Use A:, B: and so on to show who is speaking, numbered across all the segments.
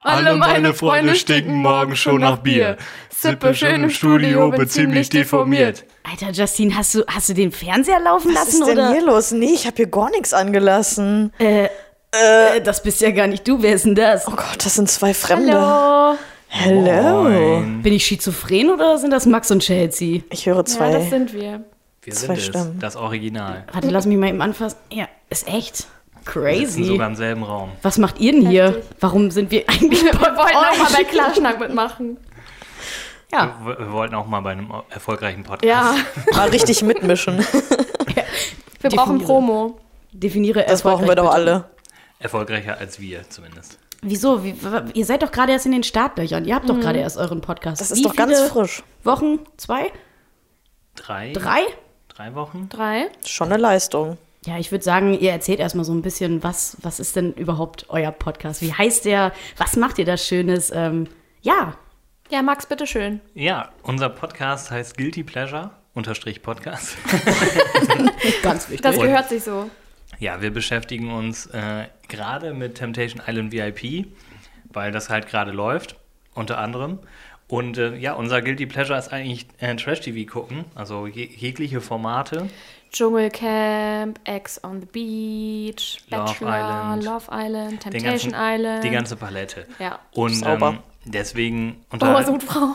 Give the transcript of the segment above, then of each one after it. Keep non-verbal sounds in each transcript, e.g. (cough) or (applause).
A: Alle meine Freunde stinken morgen schon nach Bier. Sippe schön im Studio, bin ziemlich deformiert.
B: Alter, Justine, hast du, hast du den Fernseher laufen
C: Was
B: lassen?
C: ist denn
B: oder?
C: hier los? Nee, ich habe hier gar nichts angelassen.
B: Äh, das bist ja gar nicht du. Wer ist denn das?
C: Oh Gott, das sind zwei Fremde.
B: Hallo.
C: Hello. Mhm.
A: Moin.
B: Bin ich schizophren oder sind das Max und Chelsea?
C: Ich höre
D: Ja, das
C: zwei.
D: sind wir.
A: Wir
C: Zwei
A: sind es,
C: Stimmen.
A: das Original.
B: Warte, lass mich mal eben anfassen. Ja, ist echt
A: Wir sitzen
B: crazy.
A: sogar im selben Raum.
B: Was macht ihr denn hier?
D: Heftig.
B: Warum sind wir
C: (laughs)
B: eigentlich
D: Wir
B: bei
D: wollten auch mal bei
B: euch?
D: Klarschnack mitmachen.
B: Ja,
A: Wir, wir wollten auch mal bei einem erfolgreichen Podcast.
D: Ja,
C: mal richtig mitmischen.
B: (laughs)
D: wir brauchen
B: Definiere.
D: Promo.
B: definiere
C: Das brauchen wir
B: erfolgreich
C: doch
B: bitte.
C: alle.
A: Erfolgreicher als wir zumindest.
B: Wieso? Wie, w- ihr seid doch gerade erst in den Startlöchern. Ihr habt doch gerade erst euren Podcast.
C: Mhm. Das ist
B: Wie
C: doch ganz
B: viele
C: frisch.
B: Wochen? Zwei?
A: Drei?
B: Drei?
A: Drei Wochen?
D: Drei.
C: Schon eine Leistung.
B: Ja, ich würde sagen, ihr erzählt erstmal so ein bisschen, was, was ist denn überhaupt euer Podcast? Wie heißt der? Was macht ihr da Schönes? Ähm, ja,
D: Ja, Max, bitteschön.
A: Ja, unser Podcast heißt Guilty Pleasure unterstrich Podcast. (laughs)
B: ganz wichtig.
D: Das
A: Und-
D: gehört sich so.
A: Ja, wir beschäftigen uns äh, gerade mit Temptation Island VIP, weil das halt gerade läuft, unter anderem. Und äh, ja, unser Guilty Pleasure ist eigentlich äh, Trash-TV gucken, also je jegliche Formate.
D: Dschungelcamp, Ex on the Beach,
A: Love
D: Bachelor,
A: Island.
D: Love Island,
A: den
D: Temptation
A: ganzen,
D: Island.
A: Die ganze Palette.
D: Ja.
A: Und
C: Sauber.
A: ähm, deswegen
D: Oh,
A: unter
D: so gut, Frau.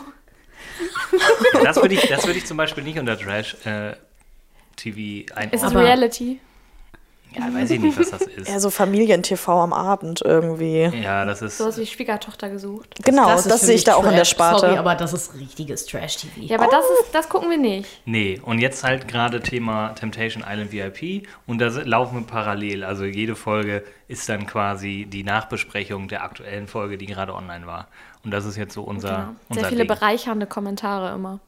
A: das würde ich, das würd ich zum Beispiel nicht unter Trash äh, TV
D: Es
A: einordnen.
D: ist
B: Aber-
D: Reality.
A: ja, weiß ich nicht, was
D: (laughs)
A: das ist.
C: Eher so Familien-TV am Abend irgendwie.
A: Ja, das ist.
D: Sowas wie Schwiegertochter gesucht.
C: Genau, das,
B: ist für
C: sehe
B: mich
C: ich da auch in der
B: Trash.
C: Sparte.
B: Sorry, aber das ist richtiges Trash-TV.
D: Ja, aber das ist, das gucken wir nicht.
A: Nee, und jetzt halt gerade Thema Temptation Island VIP und da si- laufen wir parallel. Also jede Folge ist dann quasi die Nachbesprechung der aktuellen Folge, die gerade online war. Und das ist jetzt so unser.
D: Genau.
A: unser
D: Sehr viele
A: Ding.
D: bereichernde Kommentare immer.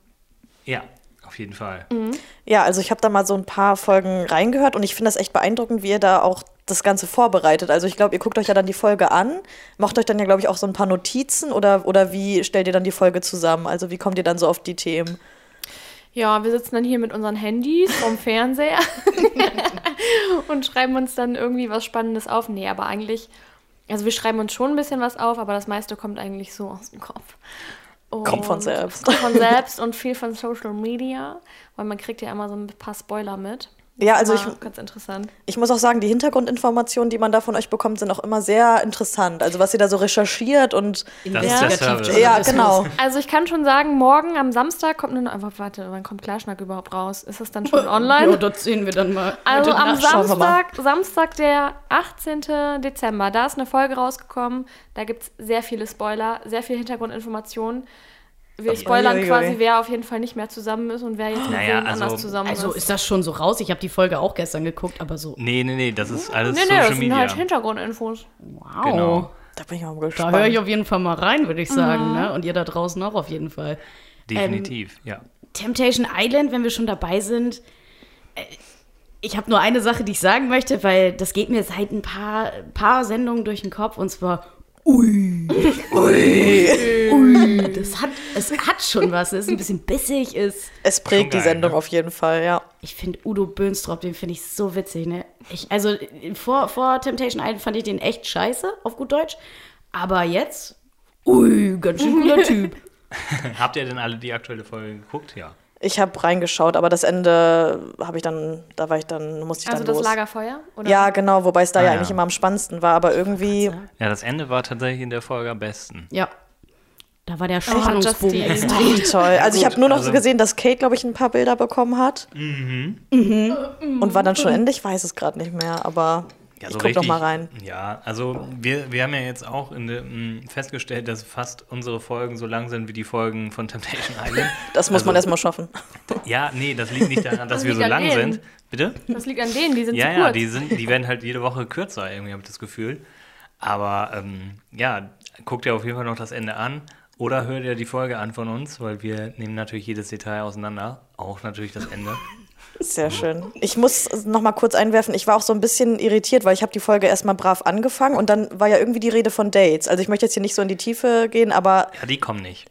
A: Ja, auf jeden Fall.
D: Mhm.
C: Ja, also ich habe da mal so ein paar Folgen reingehört und ich finde das echt beeindruckend, wie ihr da auch das Ganze vorbereitet. Also ich glaube, ihr guckt euch ja dann die Folge an, macht euch dann ja, glaube ich, auch so ein paar Notizen oder, oder wie stellt ihr dann die Folge zusammen? Also wie kommt ihr dann so auf die Themen?
D: Ja, wir sitzen dann hier mit unseren Handys
C: (laughs)
D: vom Fernseher (laughs) und schreiben uns dann irgendwie was Spannendes auf. Nee, aber eigentlich, also wir schreiben uns schon ein bisschen was auf, aber das meiste kommt eigentlich so aus dem Kopf. Und
C: Kommt von selbst.
D: Kommt von
C: (laughs)
D: selbst und viel von Social Media, weil man kriegt ja immer so ein paar Spoiler mit.
C: Ja, also
D: War
C: ich-
D: Ganz interessant.
C: Ich muss auch sagen, die Hintergrundinformationen, die man da von euch bekommt, sind auch immer sehr interessant. Also was ihr da so recherchiert und
A: Das ist der Service.
C: ja, genau.
D: Also ich kann schon sagen, morgen am Samstag kommt nur noch... Warte, wann kommt Klarschnack überhaupt raus? Ist das dann
C: (laughs)
D: schon online?
B: Ja, das sehen wir dann mal.
D: Also
B: heute
D: am
B: Nacht.
C: schauen wir mal.
D: Samstag, Samstag, der 18. Dezember, da ist eine Folge rausgekommen. Da gibt es sehr viele Spoiler, sehr viel Hintergrundinformationen. Wir spoilern
C: Uiuiui.
D: quasi, wer auf jeden Fall nicht mehr zusammen ist und wer jetzt mit
A: Naja,
D: wem anders
A: also-
D: zusammen
B: Also
D: ist.
B: ist das schon so raus? Ich habe die Folge auch gestern geguckt, aber so.
A: Nee, nee, nee, das ist alles
D: Mhm. Nee, nee,
A: Social
D: das sind
A: Media.
D: halt Oh. Hintergrundinfos.
B: Wow.
A: Genau.
C: da bin ich auch
B: Da höre ich
C: gespannt.
B: auf jeden Fall mal rein, würde ich sagen.
D: Mhm.
B: Ne? Und ihr da draußen auch auf jeden Fall.
A: Definitiv, ja.
B: Temptation Island, wenn wir schon dabei sind. äh, Ich habe nur eine Sache, die ich sagen möchte, weil das geht mir seit ein paar, paar Sendungen durch den Kopf und zwar. Ui. Ui. Ui. (laughs) Das hat, es hat schon was. Es ist ein bisschen bissig. Ist.
C: Es
A: Schon
C: prägt
A: geil,
C: die Sendung
A: ne?
C: auf jeden Fall, ja.
B: Ich finde Udo Böhnstrop, den finde ich so witzig. Ne? Ich, also äh, vor, vor Temptation Island fand ich den echt scheiße, auf gut Deutsch. Aber jetzt, ui, ganz schön cooler (laughs) Typ.
A: Habt ihr denn alle die aktuelle Folge geguckt? Ja.
C: Ich habe reingeschaut, aber das Ende habe ich dann, da war ich dann, musste ich
D: Also
C: dann
D: das
C: los.
D: Lagerfeuer? Oder?
C: Ja, genau, wobei es da
A: Ah,
C: ja
A: ja.
C: eigentlich immer am spannendsten war, aber irgendwie,
A: Ja, das Ende war tatsächlich in der Folge am besten.
B: Ja. Da war der Spannungsbogen
D: Justine.
B: extrem.
C: Ach, toll. Also ich habe nur noch
A: also- Mhm.
C: gesehen, dass Kate, glaube ich, ein paar Bilder bekommen hat. Mhm. Und war dann schon Ende. Ich weiß es gerade nicht mehr, aber
A: Ja,
C: ich
A: so
C: guck doch
A: richtig-
C: mal rein.
A: Ja, also wir, wir haben ja jetzt auch in der- m, festgestellt, dass fast unsere Folgen so lang sind wie die Folgen
C: (laughs)
A: von Temptation Island.
C: Das muss
A: also,
C: man erstmal schaffen. (laughs)
A: Ja, nee, das liegt nicht daran, dass wir
D: liegt
A: so
D: an
A: lang
D: denen.
A: sind. Bitte?
D: Das liegt an denen, die sind
A: Ja,
D: zu kurz.
A: ja, die, sind, die werden halt jede Woche kürzer, irgendwie habe ich das Gefühl. Aber ähm, ja, guckt ihr auf jeden Fall noch das Ende an oder hört ihr die Folge an von uns, weil wir nehmen natürlich jedes Detail auseinander, auch natürlich das Ende.
C: Sehr schön. Ich muss noch mal kurz einwerfen, ich war auch so ein bisschen irritiert, weil ich habe die Folge erstmal brav angefangen und dann war ja irgendwie die Rede von Dates. Also ich möchte jetzt hier nicht so in die Tiefe gehen, aber
A: Ja, die
C: (laughs)
A: kommen nicht.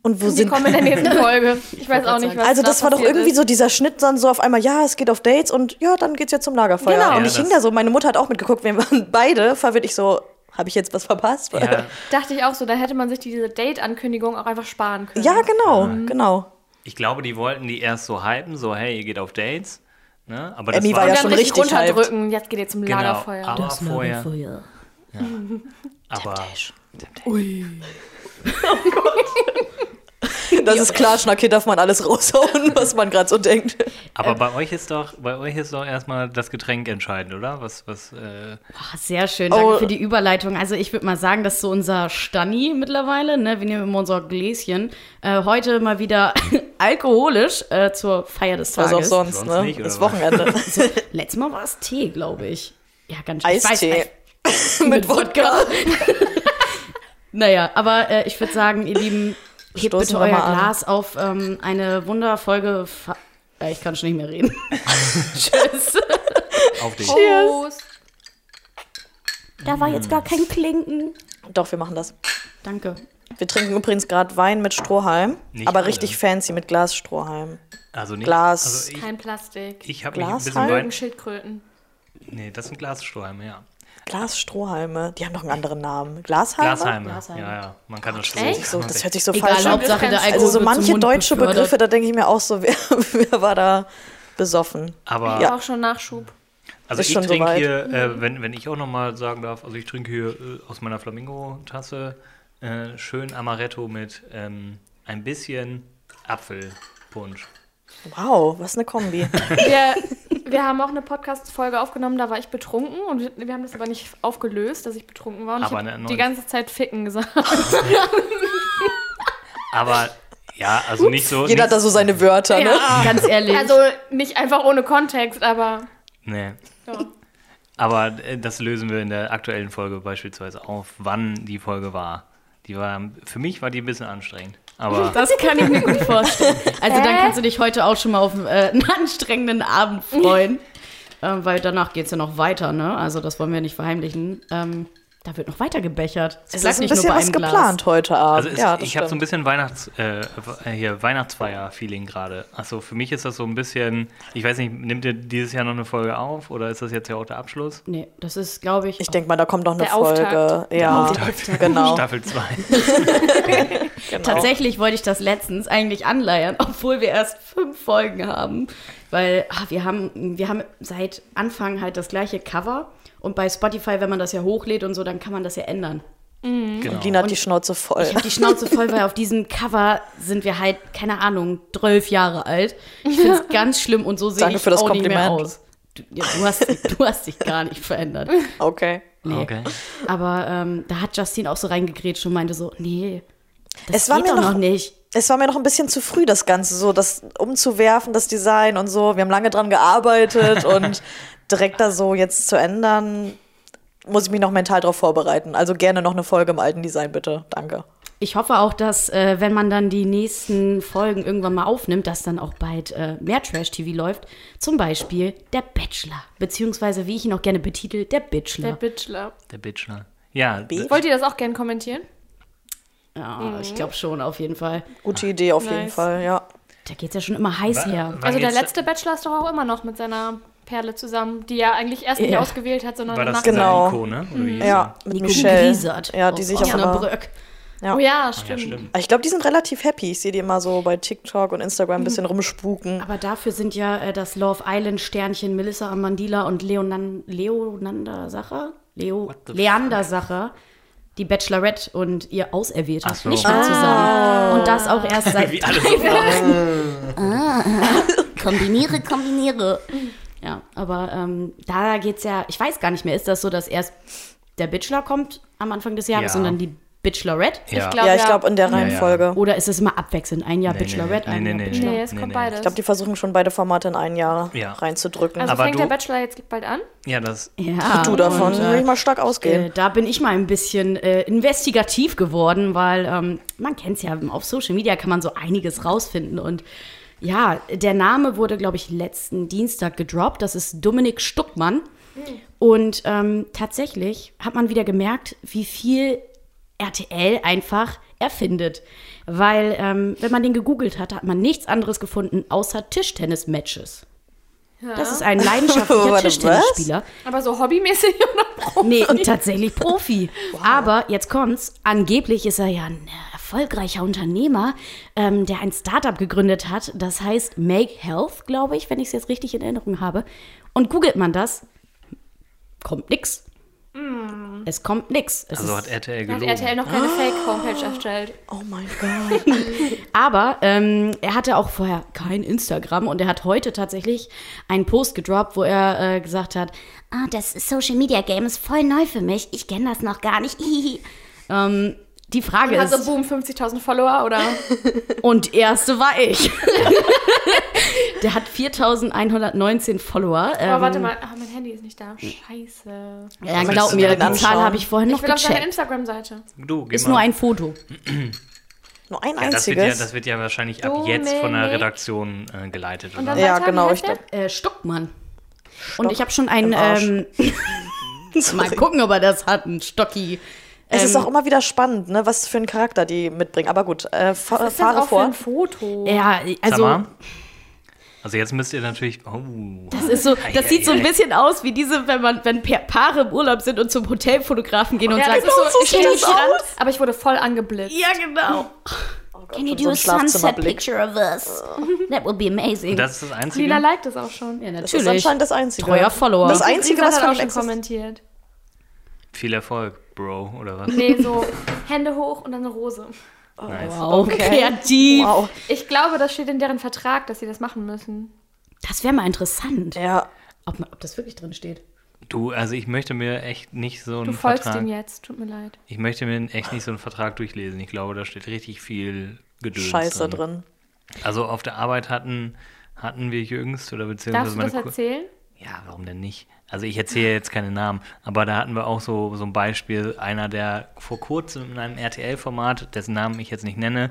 C: und
D: die
C: wo sind
D: kommen in der
C: (laughs)
D: nächsten Folge. Ich weiß auch nicht, was
C: Also
D: da
C: das war doch
D: passiert
C: irgendwie
D: ist.
C: so dieser Schnitt dann so auf einmal, ja, es geht auf Dates und ja, dann geht's jetzt zum Lagerfeuer.
D: Genau.
C: und
A: Ja,
C: ich hing
A: das-
C: da so, meine Mutter hat auch mitgeguckt, wir waren beide verwirrt. Ich so, habe ich jetzt was verpasst?
A: Ja,
D: Dachte ich auch so, dann hätte man sich diese Date-Ankündigung auch einfach sparen können.
C: (laughs) Ja, genau, genau.
A: ich glaube, die wollten die erst so hypen, so hey, ihr geht auf Dates. Ne? Aber das
C: Emmy
A: war
C: war ja
D: Und dann
C: schon
D: richtig
C: richtig hyped.
D: runterdrücken, jetzt geht ihr zum
A: genau,
D: Lagerfeuer.
A: Aber
B: Das
A: vorher,
B: Lagerfeuer.
A: aber
C: Das ist klar, Schnack, hier darf man alles (laughs) raushauen, was man gerade so denkt.
A: Aber
C: Ähm.
A: bei euch ist doch, bei euch ist doch erstmal das Getränk entscheidend, oder? Was, was, äh,
B: Ach, sehr schön, danke
C: Oh.
B: für die Überleitung. Also ich würde mal sagen, das ist so unser Stanni mittlerweile. Ne? Wir nehmen immer unser Gläschen. Äh, heute mal wieder (laughs) alkoholisch äh, zur Feier des
C: Was
B: Tages.
C: auch sonst,
A: Sonst
C: ne?
A: nicht, oder
C: das
A: was? (laughs)
C: Wochenende.
B: Letztes Mal war es Tee, glaube ich. Ja, ganz schön. Ich weiß
C: Eistee.
B: nicht.
C: (laughs) Mit Wodka.
B: (laughs) Naja, aber äh, ich würde sagen, ihr Lieben, hebt
C: Stoßen
B: bitte
C: wir
B: euer
C: mal an.
B: Glas auf ähm, eine Wunderfolge. Fa- Äh, ich kann schon nicht mehr reden. Tschüss.
A: auf
C: Oh,
A: dich.
D: Cheers.
B: Da war jetzt gar kein Klinken.
C: Doch, wir machen das.
B: Danke.
C: Wir trinken übrigens gerade Wein mit Strohhalm,
A: Nicht
C: aber
A: alle.
C: richtig fancy mit Glasstrohhalm.
A: Also nicht,
C: Glas.
A: Also ich,
D: Kein Plastik.
A: ich habe mich ein bisschen
C: Glashalm?
A: Wein.
D: Schildkröten.
A: Nee, das sind Glasstrohhalme, ja.
C: Glasstrohhalme, die haben doch einen anderen Namen. Glashalme?
A: Glashalme.
B: Glashalme.
A: Ja, ja. Man kann das schon
D: Echt?
A: so-
C: So, das hört sich so
B: Egal,
C: falsch an.
B: Hauptsache der Alkohol
C: Also so
B: wird zum
C: manche
B: Mund
C: deutsche
B: befördert.
C: Begriffe, da denke ich mir auch so, (laughs) wer, wer war da besoffen?
A: Aber,
D: Ja. Auch schon Nachschub.
A: also
C: ist
A: ich
C: schon Mhm.
A: trinke
C: soweit.
A: hier, äh, wenn, wenn ich auch nochmal sagen darf, also ich trinke hier äh, aus meiner Flamingo-Tasse äh, schön Amaretto mit ähm, ein bisschen Apfelpunsch.
C: Wow, was eine
A: (laughs)
C: Kombi.
D: Wir, wir haben auch eine Podcast-Folge aufgenommen, da war ich betrunken und wir, wir haben das aber nicht aufgelöst, dass ich betrunken war. Und
A: Aber
D: ich
A: ne, eine
D: habe
A: neue-
D: die ganze Zeit Ficken gesagt.
A: Aber ja, also nicht so.
C: Jeder hat
A: nicht,
C: da so seine Wörter, ne?
B: Ganz ehrlich.
D: Also nicht einfach ohne Kontext, aber
A: Nee.
D: Ja.
A: Aber äh, das lösen wir in der aktuellen Folge beispielsweise auf, wann die Folge war. Die war, für mich war die ein bisschen anstrengend. Aber
B: (laughs) das kann ich mir gut vorstellen. Also dann
D: Hä?
B: kannst du dich heute auch schon mal auf äh, einen (laughs) anstrengenden Abend
C: (laughs)
B: freuen. ähm, weil danach geht es ja noch weiter, ne? Also das wollen wir nicht verheimlichen. Ähm, da wird noch weiter gebechert.
C: Es
B: bleibt
C: ist ein
B: nicht nur
C: bisschen
B: bei
C: was
B: einem Glas.
C: geplant heute Abend.
A: also es,
C: ja, das
A: ich habe so ein
C: stimmt.
A: bisschen Weihnachts, äh, äh, hier, Weihnachtsfeier-Feeling gerade. Also für mich ist das so ein bisschen, ich weiß nicht, nimmt ihr dieses Jahr noch eine Folge auf oder ist das jetzt ja auch der Abschluss?
B: Nee, das ist, glaube ich,
C: ich denke mal, da kommt noch eine
D: Der Auftakt.
C: Folge. Ja, (laughs) genau.
A: Staffel 2.
B: Tatsächlich wollte ich das letztens eigentlich anleiern, (laughs) obwohl wir erst fünf Folgen haben. Weil ah, wir, haben, wir haben seit Anfang halt das gleiche Cover. Und bei Spotify, wenn man das ja hochlädt und so, dann kann man das ja ändern.
A: Genau.
C: Lina hat die Schnauze voll.
B: Ich habe die Schnauze voll, weil auf diesem Cover sind wir halt, keine Ahnung, 12 Jahre alt. Ich finde es ganz schlimm und so sehe
C: Danke
B: ich
C: für das
B: auch nicht mehr
C: Kompliment.
B: aus. Du, ja, du, hast, du hast dich gar nicht verändert.
C: (laughs) Okay.
B: Nee.
A: Okay.
B: Aber ähm, da hat Justine auch so reingegrätscht und meinte so, nee, das
C: Es war
B: geht
C: mir
B: doch
C: noch-
B: noch nicht.
C: Es war mir noch ein bisschen zu früh, das Ganze so, das umzuwerfen, das Design und so. Wir haben lange dran
A: (laughs)
C: gearbeitet und direkt da so jetzt zu ändern, muss ich mich noch mental darauf vorbereiten. Also gerne noch eine Folge im alten Design, bitte. Danke.
B: Ich hoffe auch, dass, äh, wenn man dann die nächsten Folgen irgendwann mal aufnimmt, dass dann auch bald äh, mehr Trash-TV läuft. Zum Beispiel Der Bachelor. Beziehungsweise, wie ich ihn auch gerne betitel, Der
D: der
B: Bachelor.
D: Bitchler.
A: Der Bitchler. Ja, d-
C: Bitch?
D: Wollt ihr das auch gerne kommentieren?
B: Ja, ich glaube schon, auf jeden Fall.
C: Gute Idee auf
D: Nice.
C: jeden Fall, ja.
B: Da geht's ja schon immer heiß
A: Wa-
B: her.
A: wann
D: Also der
A: geht's-
D: letzte Bachelor ist doch auch immer noch mit seiner Perle zusammen, die er eigentlich erst nicht
B: Ja.
D: ausgewählt hat, sondern
A: war das
D: danach.
C: Genau.
A: Nico, ne? Oder wie hieß
C: Ja,
A: er?
C: mit
B: Nico
C: äh, Michelle.
B: Griesert
C: Ja, die
B: aus
C: sich auch immer.
B: Osnabrück.
D: Oh ja, stimmt.
A: Ja, stimmt.
C: Ich glaube, die sind relativ happy. Ich sehe die immer so bei TikTok und
D: Mhm.
C: Instagram ein bisschen rumspuken.
B: Aber dafür sind ja äh, das Love Island Sternchen Melissa Amandila und Leonan Leonanda Sacher, Leo
A: the
B: Leander Sacher, die Bachelorette und ihr Auserwählter
A: Ach so.
B: nicht mehr
C: Ah.
B: zusammen. Und das auch erst seit
A: (laughs) Wie alle so
B: kombiniere, kombiniere. Ja, aber ähm, da geht's ja, ich weiß gar nicht mehr, ist das so, dass erst der Bachelor kommt am Anfang des Jahres
A: Ja.
B: und dann die Bachelorette?
A: ja.
D: glaub-
C: ja, ich
D: ja.
C: glaube, in der
A: Ja, ja.
C: Reihenfolge.
B: Oder ist es immer abwechselnd? Ein Jahr
A: Nee, nee,
B: Bachelorette,
A: nee,
B: ein
A: nee,
B: Jahr
A: nee, nee.
B: Bachelor.
D: Nee, es
A: Genau. Nee,
D: kommt
A: nee.
D: beides.
C: Ich glaube, die versuchen schon beide Formate in ein Jahr
A: Ja.
C: reinzudrücken.
D: also
A: Aber
D: fängt
A: du-
D: der Bachelor jetzt bald an?
A: ja, das
B: Ja,
C: du davon,
B: und,
C: würde
B: äh,
C: ich mal stark ausgehen.
B: äh, da bin ich mal ein bisschen äh, investigativ geworden, weil ähm, man kennt's ja, auf Social Media kann man so einiges rausfinden. Und ja, der Name wurde, glaube ich, letzten Dienstag gedroppt. Das ist Dominik Stuckmann. Und ähm, tatsächlich hat man wieder gemerkt, wie viel RTL einfach erfindet. Weil, ähm, wenn man den gegoogelt hat, hat man nichts anderes gefunden außer Tischtennis-Matches. Das ist ein leidenschaftlicher
C: Warte,
B: Tischtennisspieler.
D: Aber so hobbymäßig (laughs) oder Pro?
B: Nee, und tatsächlich Profi. Aber jetzt kommt's. Angeblich ist er ja ein erfolgreicher Unternehmer, ähm, der ein Startup gegründet hat. Das heißt Make Health, glaube ich, wenn ich es jetzt richtig in Erinnerung habe. Und googelt man das, kommt nix. Es kommt nix. Es
A: Also
B: ist-
A: hat RTL
D: Hat
A: gelogen.
D: RTL noch
C: Ah.
D: keine Fake-Homepage erstellt.
C: Oh mein
A: (laughs)
C: Gott.
B: Aber ähm, er hatte auch vorher kein Instagram und er hat heute tatsächlich einen Post gedroppt, wo er äh, gesagt hat, ah, das Social Media Game ist voll neu für mich. Ich kenne das noch gar nicht. (laughs) ähm, die Frage
D: (laughs)
B: ist,
D: Also boom, 50.000 Follower oder?
B: und erste war ich. (laughs) Der hat 4119 Follower.
D: Aber
B: Ähm,
D: warte mal, ah, mein Handy ist nicht da.
C: Hm.
D: Scheiße.
B: Ja,
A: Was
B: glaub
A: willst du
B: mir,
A: denn
B: die Zahl
C: anschauen?
B: habe ich vorhin noch
D: ich will auf seine
B: gecheckt.
D: Instagram-Seite.
A: Du, geh
B: Ist
A: mal.
B: nur ein Foto.
C: Nur ein
A: ja, das, wird ja,
C: einziges.
A: das wird ja wahrscheinlich ab jetzt von der
D: Dominik.
A: Redaktion äh, geleitet,
D: Und
A: oder?
D: dann
C: Ja,
D: weiter, wie
C: genau,
D: heißt
C: ich
D: der?
C: glaub-
B: Äh, Stockmann. Und ich habe schon einen.
C: im Arsch.
B: Ähm,
D: (laughs)
B: (laughs) mal
C: Sorry.
B: gucken, ob er das hat, einen Stocki.
C: es
A: ähm,
C: ist auch immer wieder spannend, ne, was für einen Charakter die mitbringen. Aber gut, äh, fa
D: Was ist das
C: fahre
D: auch für
C: vor.
D: ein Foto?
B: Ja,
A: Sag
B: also.
A: mal. also jetzt müsst ihr natürlich. Oh.
B: Das ist so, das sieht so ein
A: Eieiei.
B: bisschen aus wie diese, wenn man, wenn Pa- Paare im Urlaub sind und zum Hotelfotografen gehen und
D: Ja,
B: sagen,
D: das ist genau so,
C: genau so
D: ich
C: sieht
D: bin
C: das
D: nicht dran,
C: aus. Oh
D: aber ich wurde voll angeblitzt.
B: ja genau.
C: Can you do a sunset picture?
B: of
C: (laughs)
B: us? That would be amazing.
A: Und das ist das Einzige.
D: Lila liked das auch schon.
B: ja,
C: Das ist
B: natürlich.
C: anscheinend das Einzige.
B: Treuer Follower.
C: genau. Das
B: Und
C: Einzige,
D: Lisa
C: was
D: hat auch
C: von
D: schon
C: ihm existiert.
D: kommentiert.
A: Viel Erfolg, Bro, oder was?
D: Nee, so Hände hoch und dann eine Rose.
A: nice.
B: Wow,
C: Okay.
B: (laughs) kreativ.
C: Wow.
D: Ich glaube, das steht in deren Vertrag, dass sie das machen müssen.
B: Das wäre mal interessant,
C: Ja,
B: ob, man- ob das wirklich drin steht.
A: Du, also ich möchte mir echt nicht so einen
D: Du folgst
A: Vertrag.
D: ihm jetzt, tut mir leid.
A: Ich möchte mir echt nicht so einen Vertrag durchlesen. Ich glaube, da steht richtig viel Gedöns
C: Scheiße drin.
A: Also auf der Arbeit hatten, hatten wir jüngst oder
D: Darfst
A: beziehungsweise
D: du
A: meine
D: das
A: Ko-
D: erzählen?
A: Ja, warum denn nicht? Also ich erzähle jetzt keine Namen, aber da hatten wir auch so, so ein Beispiel, einer, der vor kurzem in einem RTL-Format, dessen Namen ich jetzt nicht nenne,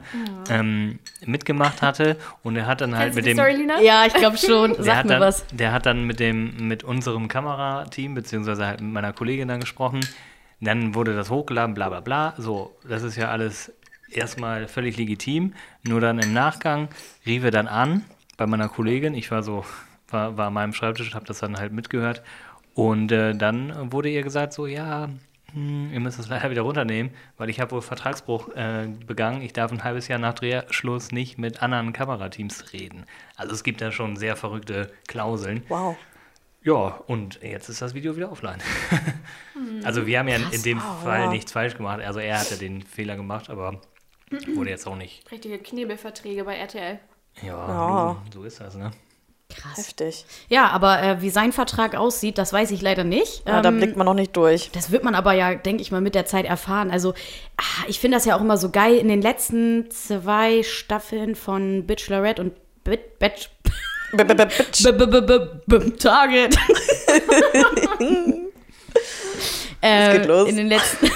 A: ähm, mitgemacht hatte und er hat dann halt
D: Mhm. Kennst du
A: mit
D: die
A: dem...
D: Story, Lina?
B: Ja, ich glaube schon.
A: Der
B: Sag
A: hat,
B: mir
A: dann,
B: was.
A: der hat dann mit dem mit unserem Kamerateam beziehungsweise halt mit meiner Kollegin dann gesprochen. Dann wurde das hochgeladen, bla bla bla. So, das ist ja alles erstmal völlig legitim. Nur dann im Nachgang rief er dann an bei meiner Kollegin. Ich war so, war, war an meinem Schreibtisch, habe das dann halt mitgehört. Und äh, dann wurde ihr gesagt so, ja, hm, ihr müsst das leider wieder runternehmen, weil ich habe wohl Vertragsbruch äh, begangen. Ich darf ein halbes Jahr nach Drehschluss nicht mit anderen Kamerateams reden. Also es gibt da schon sehr verrückte Klauseln.
C: Wow.
A: Ja, und jetzt ist das Video wieder offline.
B: Hm,
A: also wir haben ja in dem Fall nichts falsch gemacht. Also er hatte den Fehler gemacht, aber wurde jetzt auch nicht.
D: Richtige Knebelverträge bei RTL.
A: Ja,
C: Ja.
A: du, so ist das, ne?
B: Krass.
C: Heftig.
B: Ja, aber äh, wie sein Vertrag aussieht, das weiß ich leider nicht.
C: Ja, da
B: Ähm,
C: blickt man noch nicht durch.
B: Das wird man aber ja, denke ich mal, mit der Zeit erfahren. Also, ah, ich finde das ja auch immer so geil. In den letzten zwei Staffeln von Bachelorette und Bit, Batch, (laughs)
C: B -b -b bitch.
B: B- B- B- B- B- Target.
C: (laughs)
B: äh,
C: geht los.
B: In den letzten,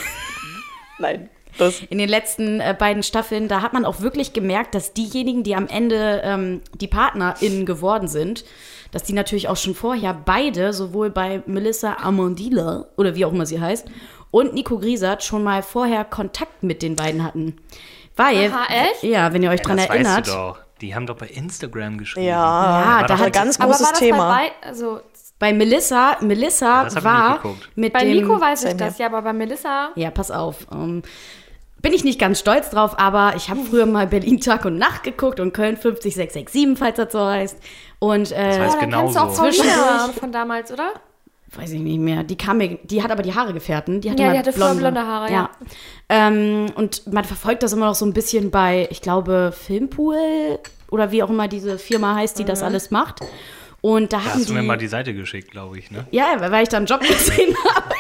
C: Nein. Das,
B: in den letzten äh, beiden Staffeln, da hat man auch wirklich gemerkt, dass diejenigen, die am Ende ähm, die PartnerInnen geworden sind, dass die natürlich auch schon vorher beide, sowohl bei Melissa Amandila oder wie auch immer sie heißt, und Nico Griesert schon mal vorher Kontakt mit den beiden hatten. Weil,
D: Aha, echt?
B: ja, wenn ihr euch
A: Ja,
B: dran
A: das
B: erinnert.
A: weißt du doch. Die haben doch bei Instagram geschrieben.
C: ja,
B: Ja,
A: war
B: da
A: doch
B: hat
A: jetzt-
C: ganz
D: Aber
C: großes
D: war das
C: Thema.
D: bei bei, also,
B: Bei Melissa, Melissa
A: Das hab ich
B: war
A: nicht geguckt.
B: mit
D: bei
B: dem,
D: Nico weiß ich
C: Same
D: das, ja, aber bei Melissa.
B: Ja, pass auf. Ähm, bin ich nicht ganz stolz drauf, aber ich habe früher mal Berlin Tag und Nacht geguckt und Köln 50667, falls das so heißt. Und äh,
A: heißt-
D: da
A: genau
D: kennst du auch
A: so.
D: Paulina von damals, oder?
B: weiß ich nicht mehr, die kam mir, die hat aber die Haare gefärbt, ne? Die hatte
D: Ja,
B: mal
D: die hatte
B: blonde,
D: voll blonde Haare, ja.
B: Ähm, und man verfolgt das immer noch so ein bisschen bei, ich glaube, Filmpool oder wie auch immer diese Firma heißt, die
D: Mhm.
B: das alles macht. Und da
A: Da
B: hatten
A: hast du
B: die,
A: mir mal die Seite geschickt, glaube ich, ne?
B: Ja, weil ich da einen Job (laughs) gesehen habe.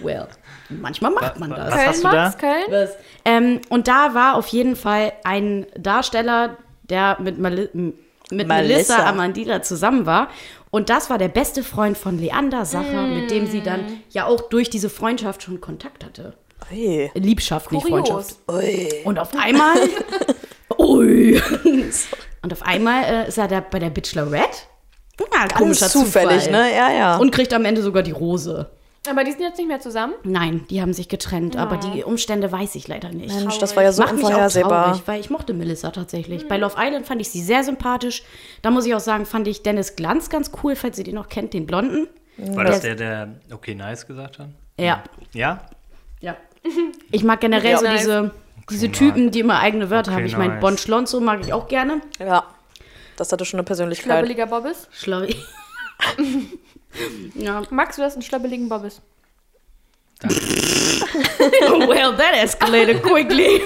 B: well, manchmal macht man das.
A: Was
D: Köln
A: hast du da?
D: Max, Köln?
B: Was? Ähm, und da war auf jeden Fall ein Darsteller, der mit, Mali m- mit
C: Melissa.
B: Melissa Amandila zusammen war. Und das war der beste Freund von Leander Sacher, mit dem sie dann
C: Hm.
B: ja auch durch diese Freundschaft schon Kontakt hatte.
C: Ui.
B: Liebschaft, nicht Freundschaft.
D: Kurios.
C: Ui.
B: Und auf
C: (laughs)
B: einmal. Ui. (laughs) und auf einmal äh, ist er da bei der Bachelorette. Ja,
C: Alles
B: komischer
C: zufällig,
B: Zufall.
C: ne? Ja, ja.
B: Und kriegt am Ende sogar die Rose.
D: Aber die sind jetzt nicht mehr zusammen.
B: Nein, die haben sich getrennt, aber die Umstände weiß ich leider nicht.
C: Mensch, das war ja so
B: Macht mich auch
C: Also unvorhersehbar.
B: traurig, weil ich mochte Melissa tatsächlich. Bei Love Island fand ich sie sehr sympathisch. Da muss ich auch sagen, fand ich Dennis Glanz ganz cool, falls ihr den noch kennt, den Blonden.
A: War das der, der okay, nice gesagt hat?
B: Ja,
A: Ja?
B: ja. (laughs) Ich mag generell
C: Ja,
B: so
D: nice.
B: diese, diese
A: nice.
B: Typen, die immer eigene Wörter
A: Okay,
B: haben. Ich meine,
A: nice.
B: Bon Schlonzo mag ich auch gerne.
C: Ja, das hatte schon eine Persönlichkeit.
D: Schlöbbeliger Bobbis.
B: Schlau. (laughs) ja.
D: Magst du das, einen schlöbbeligen Bobbis?
B: Well, that escalated quickly.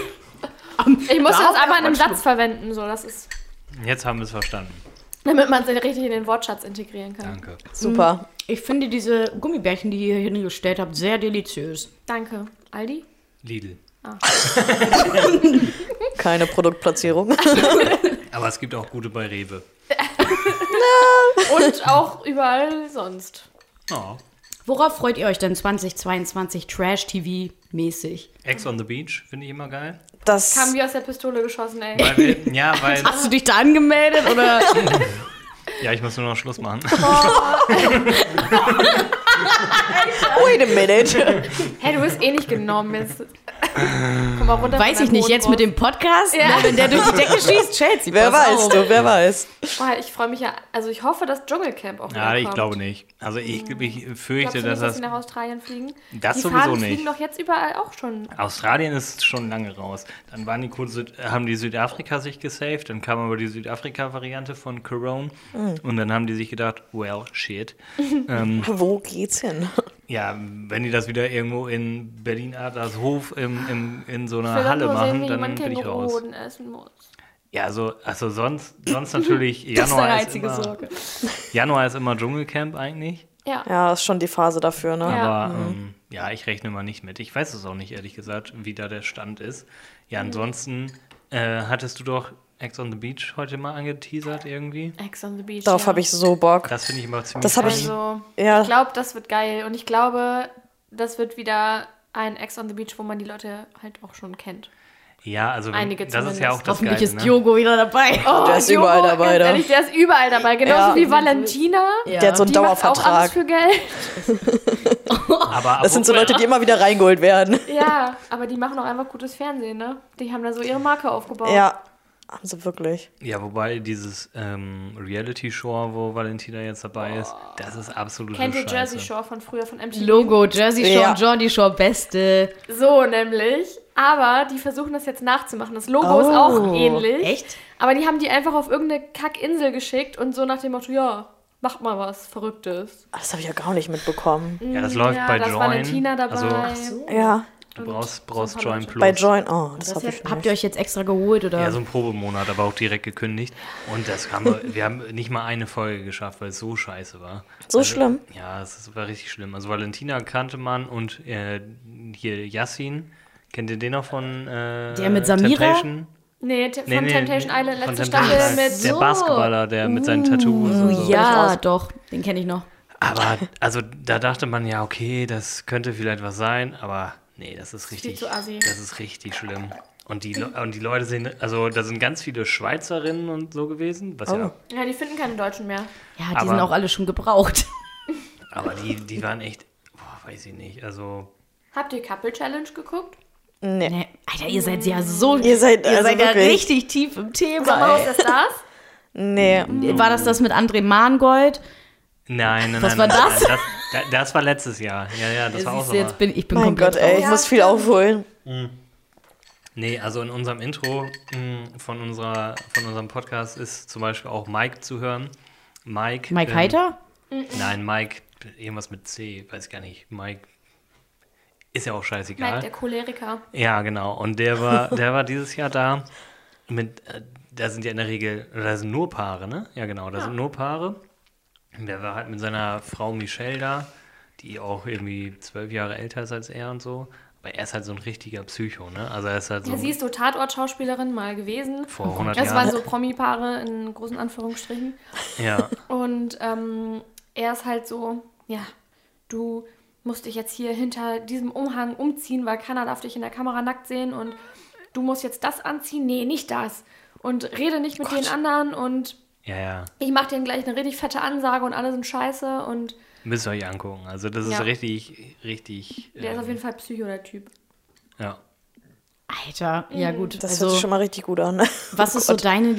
D: Ich musste das
B: Darauf
D: einmal in einem Satz
B: erwartest du-
D: verwenden, so, das ist,
A: Jetzt haben wir es verstanden.
D: damit man es richtig in den Wortschatz integrieren kann.
A: Danke.
C: Super.
B: (laughs) Ich finde diese Gummibärchen, die ihr hier hingestellt habt, sehr deliziös.
D: Danke. Aldi?
A: Lidl.
B: Hm. (laughs)
C: Keine Produktplatzierung.
A: Aber es gibt auch gute bei Rewe.
D: (laughs) Und auch überall sonst.
A: Oh.
B: Worauf freut ihr euch denn 2022 Trash-TV-mäßig?
A: Ex on the Beach finde ich immer geil.
C: Das
D: Kam wie aus der Pistole geschossen,
A: (laughs)
D: ey. (laughs)
A: Weil wir, ja, weil.
B: Hast du dich da angemeldet oder?
A: Ja, ich muss nur noch Schluss
D: (laughs)
A: machen.
C: Wait a
B: (laughs)
C: minute.
D: Hey, du bist eh nicht genommen. Jetzt. Komm mal runter. von
B: Weiß ich
D: deinem
B: nicht,
D: hohen
B: jetzt mit
D: Ross.
B: dem Podcast?
D: Ja.
B: Ne, wenn der durch die
C: (laughs)
B: Decke schießt, Chelsea.
C: Wer
B: pass
C: weiß
B: auf.
C: du, wer weiß.
D: Boah, ich freue mich ja. Also, ich hoffe, dass Dschungelcamp auch
A: Ja,
D: wieder
A: ich
D: kommt.
A: glaube nicht. Also ich, ich
D: Glaubst
A: fürchte,
D: du
A: dass
D: nicht, dass
A: das.
D: sie nach Australien fliegen?
A: Das
D: die
A: sowieso
D: Faden
A: nicht.
D: fliegen doch jetzt überall auch schon.
A: Australien ist schon lange raus. Dann waren die kurz, Süd- haben die Südafrika sich gesaved, dann kam aber die Südafrika-Variante von Corona
D: Mm.
A: und dann haben die sich gedacht, well, shit.
C: Wo geht's hin?
A: Ja, wenn die das wieder irgendwo in Berlin Adlershof im, im, in so einer
D: Ich will doch
A: Halle
D: nur
A: machen,
D: sehen, wie
A: dann
D: man
A: bin ich raus.
D: Känguruhoden essen muss.
A: Ja, also, also sonst,
D: (laughs)
A: sonst natürlich
B: Das ist deine
A: Januar ist,
B: einzige
A: immer,
B: Sorge.
A: Januar ist immer Dschungelcamp eigentlich.
D: Ja.
C: Ja, ist schon die Phase dafür, ne?
D: Ja. Mhm.
A: Aber ähm, ja, ich rechne mal nicht mit. Ich weiß es auch nicht, ehrlich gesagt, wie da der Stand ist. Ja,
D: Mhm.
A: ansonsten äh, hattest du doch Ex on the Beach heute mal angeteasert irgendwie.
D: Ex on the Beach.
C: Darauf
D: ja.
C: habe ich so Bock.
A: Das finde ich immer ziemlich
C: Das hab ich-
D: Also,
C: Ja.
D: ich glaube, das wird geil. Und ich glaube, das wird wieder ein Ex on the Beach, wo man die Leute halt auch schon kennt.
A: Ja, also wenn,
D: Einige
A: das ist ja
D: zumindest.
A: auch das
B: Hoffentlich
A: Geile,
B: ist
A: ne?
B: Diogo wieder
C: (laughs)
B: dabei.
D: Oh,
C: Der ist überall dabei,
D: ganz
C: da.
D: Ehrlich, der ist überall dabei. Genauso
C: Ja.
D: wie Valentina.
B: Ja.
C: Der hat so einen
D: Die macht auch alles
C: Dauervertrag.
D: für Geld. (laughs)
A: Aber
C: Das sind so Leute, die immer wieder reingeholt werden.
D: Ja, aber die machen auch einfach gutes Fernsehen, ne? Die haben da so ihre Marke aufgebaut.
C: Ja, haben sie wirklich.
A: Ja, wobei dieses ähm, Reality-Show, wo Valentina jetzt dabei ist, das ist absolut
D: Kennt ihr
A: Scheiße.
D: Jersey Shore von früher von MTV?
B: Logo, Jersey Shore
C: Ja.
B: und Jordi Shore, beste.
D: So nämlich. Aber die versuchen das jetzt nachzumachen. Das Logo ist
B: Oh,
D: auch ähnlich.
B: echt?
D: Aber die haben die einfach auf irgendeine Kackinsel geschickt und so nach dem Motto, ja, macht mal was Verrücktes.
C: Ah, Das habe ich ja gar nicht mitbekommen.
B: Mhm.
A: Ja, das läuft
D: ja,
A: bei
D: da ist
A: Join.
D: Valentina dabei.
A: Also
C: Ja,
A: du brauchst, brauchst Join Plus.
C: bei Join. Oh, das,
B: Das
C: habe ich
B: jetzt,
C: nicht.
B: habt ihr euch jetzt extra geholt oder?
A: Ja, so ein Probemonat, aber auch direkt gekündigt. Und das haben wir, wir haben nicht mal eine Folge geschafft, weil es so scheiße war. Also,
C: So schlimm?
A: Ja, es ist- war richtig schlimm. Also Valentina kannte man und äh, hier Yassin. Kennt ihr den noch von äh,
B: Der mit Samira?
A: Temptation?
D: Nee, te- von
A: Nee, nee,
D: Temptation
A: nee,
D: Island,
A: von
D: letzte
A: Temptation
D: Staffel
A: Island.
D: mit
A: Der
D: so.
A: Basketballer, der mit seinen Tattoos
C: Mm,
A: und so.
B: ja, doch, den kenne ich noch.
A: Aber, also da dachte man ja, okay, das könnte vielleicht was sein, aber nee, das ist
D: viel
A: richtig,
D: zu assi.
A: das ist richtig schlimm. Und die, Le- und die Leute sehen, also da sind ganz viele Schweizerinnen und so gewesen, was
B: Oh.
A: ja,
D: Ja, die finden keine Deutschen mehr.
B: Ja, die
A: Aber-
B: sind auch alle schon gebraucht. (laughs)
A: aber die, die waren echt, boah, weiß ich nicht, also
D: Habt ihr Couple Challenge geguckt?
C: Nee.
B: Nee, Alter, ihr seid ja so.
C: Ihr seid, also
B: ja
C: wirklich.
B: richtig tief im
D: Sag mal,
B: Thema.
D: was ist das das?
C: Nee.
B: ey. War das das mit André Mahngold?
A: nein, nein,
B: Was
A: nein,
B: war
A: nein,
B: das?
A: Nein, das, da- das war letztes Jahr, ja, ja, das war auch
B: Siehst
A: so.
B: du,
A: mal.
B: jetzt bin ich bin
C: Mein
B: komplett
C: Gott, ey, ich
D: raus.
C: muss viel aufholen.
A: Nee, also in unserem Intro mh, von, unserer, von unserem Podcast ist zum Beispiel auch Mike zu hören. Mike.
B: Mike
A: ähm,
B: Heiter?
A: Nein, Mike, irgendwas mit C, weiß gar nicht. Mike ist (laughs) ja auch scheißegal.
D: Merkt der Choleriker.
A: Ja, genau. Und der war, der war dieses Jahr da mit, äh, da sind ja in der Regel, da sind nur Paare, ne? Ja, genau, da sind nur Paare. Und der war halt mit seiner Frau Michelle da, die auch irgendwie zwölf Jahre älter ist als er und so. Aber er ist halt so ein richtiger Psycho, ne? Also er ist halt so
D: Ja, sie ist so Tatort-Schauspielerin mal gewesen.
A: vor 100
D: Das
A: Jahren.
D: waren so Promi-Paare in großen Anführungsstrichen.
A: ja.
D: Und ähm, er ist halt so, ja, du musst dich jetzt hier hinter diesem Umhang umziehen, weil keiner darf dich in der Kamera nackt sehen und
A: Oh
D: du musst jetzt das anziehen. Nee, nicht das. Und rede nicht mit den anderen und
A: Ja, ja.
D: Ich mache denen gleich eine richtig fette Ansage und alle sind scheiße und
A: Müsst ihr euch angucken. Also das ist
D: Ja.
A: richtig, richtig.
D: der ist
A: ähm,
D: auf jeden Fall Psycho, der Typ.
A: Ja.
B: Alter, ja gut.
C: Das hört
B: also,
C: sich schon mal richtig gut an. (laughs)
B: was ist so deine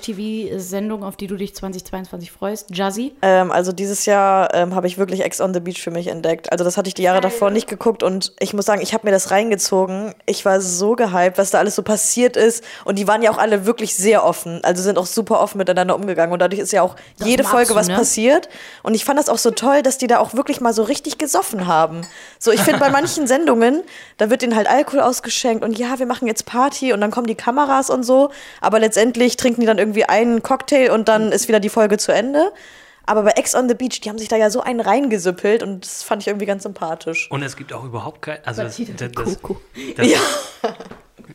B: Lieblings-Trash-TV-Sendung, auf die du dich 2022 freust? Jazzy?
C: Ähm, also dieses Jahr ähm, habe ich wirklich Ex on the Beach für mich entdeckt. Also das hatte ich die Jahre
D: Geil.
C: davor nicht geguckt und ich muss sagen, ich habe mir das reingezogen. Ich war so gehypt, was da alles so passiert ist. Und die waren ja auch alle wirklich sehr offen. Also sind auch super offen miteinander umgegangen. Und dadurch ist ja auch
B: Das
C: jede
B: magst
C: Folge
B: du,
C: was
B: ne?
C: passiert. Und ich fand das auch so toll, dass die da auch wirklich mal so richtig gesoffen haben. So, ich finde
B: (laughs)
C: bei manchen Sendungen, da wird ihnen halt Alkohol ausgeschenkt und ja, wir machen jetzt Party und dann kommen die Kameras und so. Aber letztendlich trinken die dann irgendwie einen Cocktail und dann ist wieder die Folge zu Ende. Aber bei Ex on the Beach, die haben sich da ja so einen reingesüppelt und das fand ich irgendwie ganz sympathisch.
A: Und es gibt auch überhaupt kein. Also das, das, das,
B: Coco.
A: das,
C: Ja.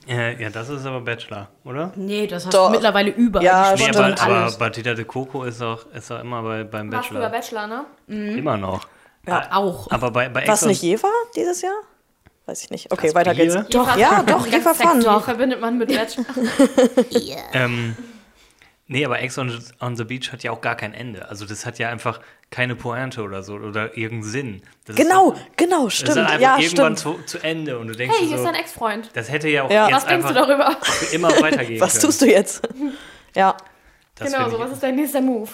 A: äh, (laughs) ja, das ist aber Bachelor, oder?
B: Nee, das hast
C: Doch.
B: du mittlerweile überall.
C: Ja,
A: Nee,
B: gespielt.
C: stimmt.
A: aber, aber
C: alles.
A: Batida de Coco ist auch, ist auch immer bei, beim
D: War früher
A: Bachelor.
D: Bachelor, ne?
A: Immer noch. Ah,
B: Ja, auch.
A: Aber bei, bei
C: War es
A: on-
C: nicht Jeva dieses Jahr? Weiß ich nicht. Okay,
A: Das
C: weiter
A: Bier?
C: geht's.
B: Doch.
C: Ja, doch,
D: Ganz
C: Jeva
D: sexy,
C: Fun.
D: die verbindet man mit Bachelor.
A: (laughs) Ähm, nee, aber Ex on, on the Beach hat ja auch gar kein Ende. Also das hat ja einfach keine Pointe oder so oder irgendeinen Sinn. Das ist
C: Genau,
A: so-
C: genau,
A: Das ist
C: stimmt.
A: einfach
C: Ja,
A: irgendwann
C: stimmt.
A: zu, zu Ende und du denkst
D: Hey,
A: dir
D: hier ist
A: so,
D: dein Ex-Freund.
A: das hätte ja auch
C: Ja.
A: jetzt
D: Was denkst du
A: einfach
D: darüber?
A: für immer weitergehen
C: Was
A: können.
C: tust du jetzt? (laughs) Ja.
A: Das
D: genau,
A: find
D: so,
A: ich-
D: was ist dein nächster Move?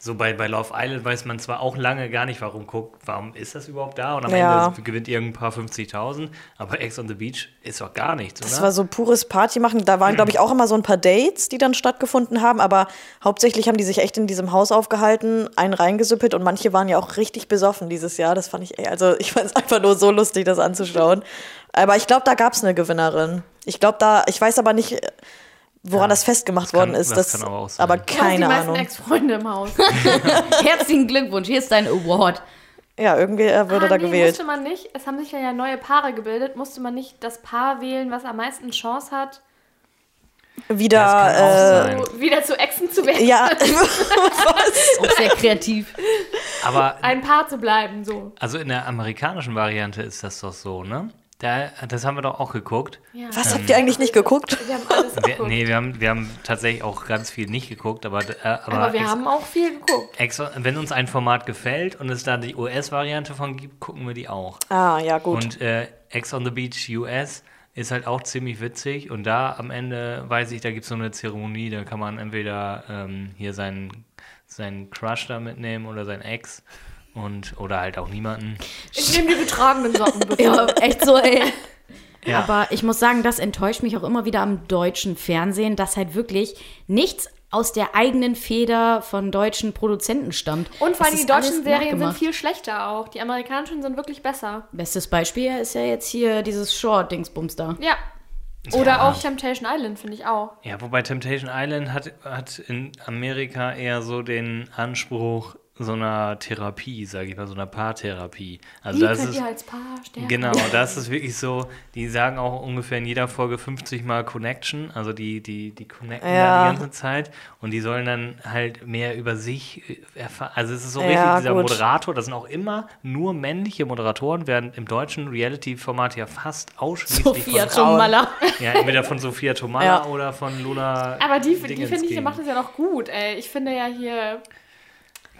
A: So bei, bei Love Island weiß man zwar auch lange gar nicht, warum guckt, warum ist das überhaupt da und am
C: Ja.
A: Ende gewinnt irgendein paar 50.000, aber Ex on the Beach ist doch gar nichts,
C: Das
A: oder?
C: war so pures Party machen. Da waren, glaube ich, auch immer so ein paar Dates, die dann stattgefunden haben. Aber hauptsächlich haben die sich echt in diesem Haus aufgehalten, einen reingesüppelt und manche waren ja auch richtig besoffen dieses Jahr. Das fand ich, ey, also ich fand es (laughs) einfach nur so lustig, das anzuschauen. Aber ich glaube, da gab es eine Gewinnerin. Ich glaube, da, ich weiß aber nicht, äh, woran das festgemacht
A: kann-
C: worden ist.
A: das
C: Das,
A: kann aber auch sein.
C: aber
D: Du hast die
C: keine
D: meisten
C: Ahnung.
D: Ex-Freunde im Haus.
B: Herzlichen Glückwunsch, hier ist dein Award.
C: Ja, irgendwie äh, wurde
D: Ah,
C: da
D: nee,
C: gewählt.
D: Musste man nicht, es haben sich ja neue Paare gebildet, musste man nicht das Paar wählen, was am meisten Chance hat,
C: Wieder.
A: Das kann auch
C: äh,
A: Nein.
D: so wieder zu Exen zu werden,
C: ja,
B: Auch sehr (laughs) kreativ.
A: aber
D: (laughs) ein Paar zu bleiben, so.
A: also in der amerikanischen Variante ist das doch so, ne? Da, das haben wir doch auch geguckt.
D: Ja.
C: was habt ihr eigentlich nicht geguckt?
D: Wir haben alles
A: Wir,
D: geguckt.
A: nee, wir haben, wir haben tatsächlich auch ganz viel nicht geguckt, aber, äh, aber,
D: Aber wir
A: Ex-
D: haben auch viel geguckt.
A: Ex wenn uns ein Format gefällt und es da die US-Variante von gibt, gucken wir die auch.
C: Ah, ja, gut.
A: Und äh, Ex on the Beach US ist halt auch ziemlich witzig. Und da am Ende, weiß ich, da gibt es so eine Zeremonie, da kann man entweder ähm, hier seinen, seinen Crush da mitnehmen oder seinen Ex. Und, oder halt auch niemanden.
D: Ich nehme die getragenen Socken,
C: (laughs)
D: bitte.
B: Ja, echt so, ey.
A: Ja.
B: Aber ich muss sagen, das enttäuscht mich auch immer wieder am deutschen Fernsehen, dass halt wirklich nichts aus der eigenen Feder von deutschen Produzenten stammt.
D: Und vor allem die
B: Es ist
D: deutschen
B: alles
D: Serien sind
B: nachgemacht.
D: viel schlechter auch. Die amerikanischen sind wirklich besser.
B: Bestes Beispiel ist ja jetzt hier dieses Short-Dingsbums da.
D: Ja. Oder auch Temptation Island, finde ich auch.
A: ja, wobei Temptation Island hat, hat in Amerika eher so den Anspruch so einer Therapie, sage ich mal, so einer Paartherapie. Also
D: Die
A: das
D: könnt
A: ist,
D: ihr als Paar sterben.
A: Genau, das ist wirklich so. Die sagen auch ungefähr in jeder Folge 50 Mal Connection, also die, die, die connecten
C: Ja.
A: da die ganze Zeit und die sollen dann halt mehr über sich äh, erfahren. Also es ist so
C: Ja,
A: richtig, dieser
C: gut.
A: Moderator, das sind auch immer nur männliche Moderatoren, während im deutschen Reality-Format ja fast ausschließlich
B: Sophia
A: von,
B: Tomala.
A: ja, entweder von Sophia Tomala
C: Ja.
A: oder von Lola
D: Aber die, die
A: Dingens
D: finde ich, die
A: gegen-
D: macht das ja noch gut, ey. Ich finde ja hier.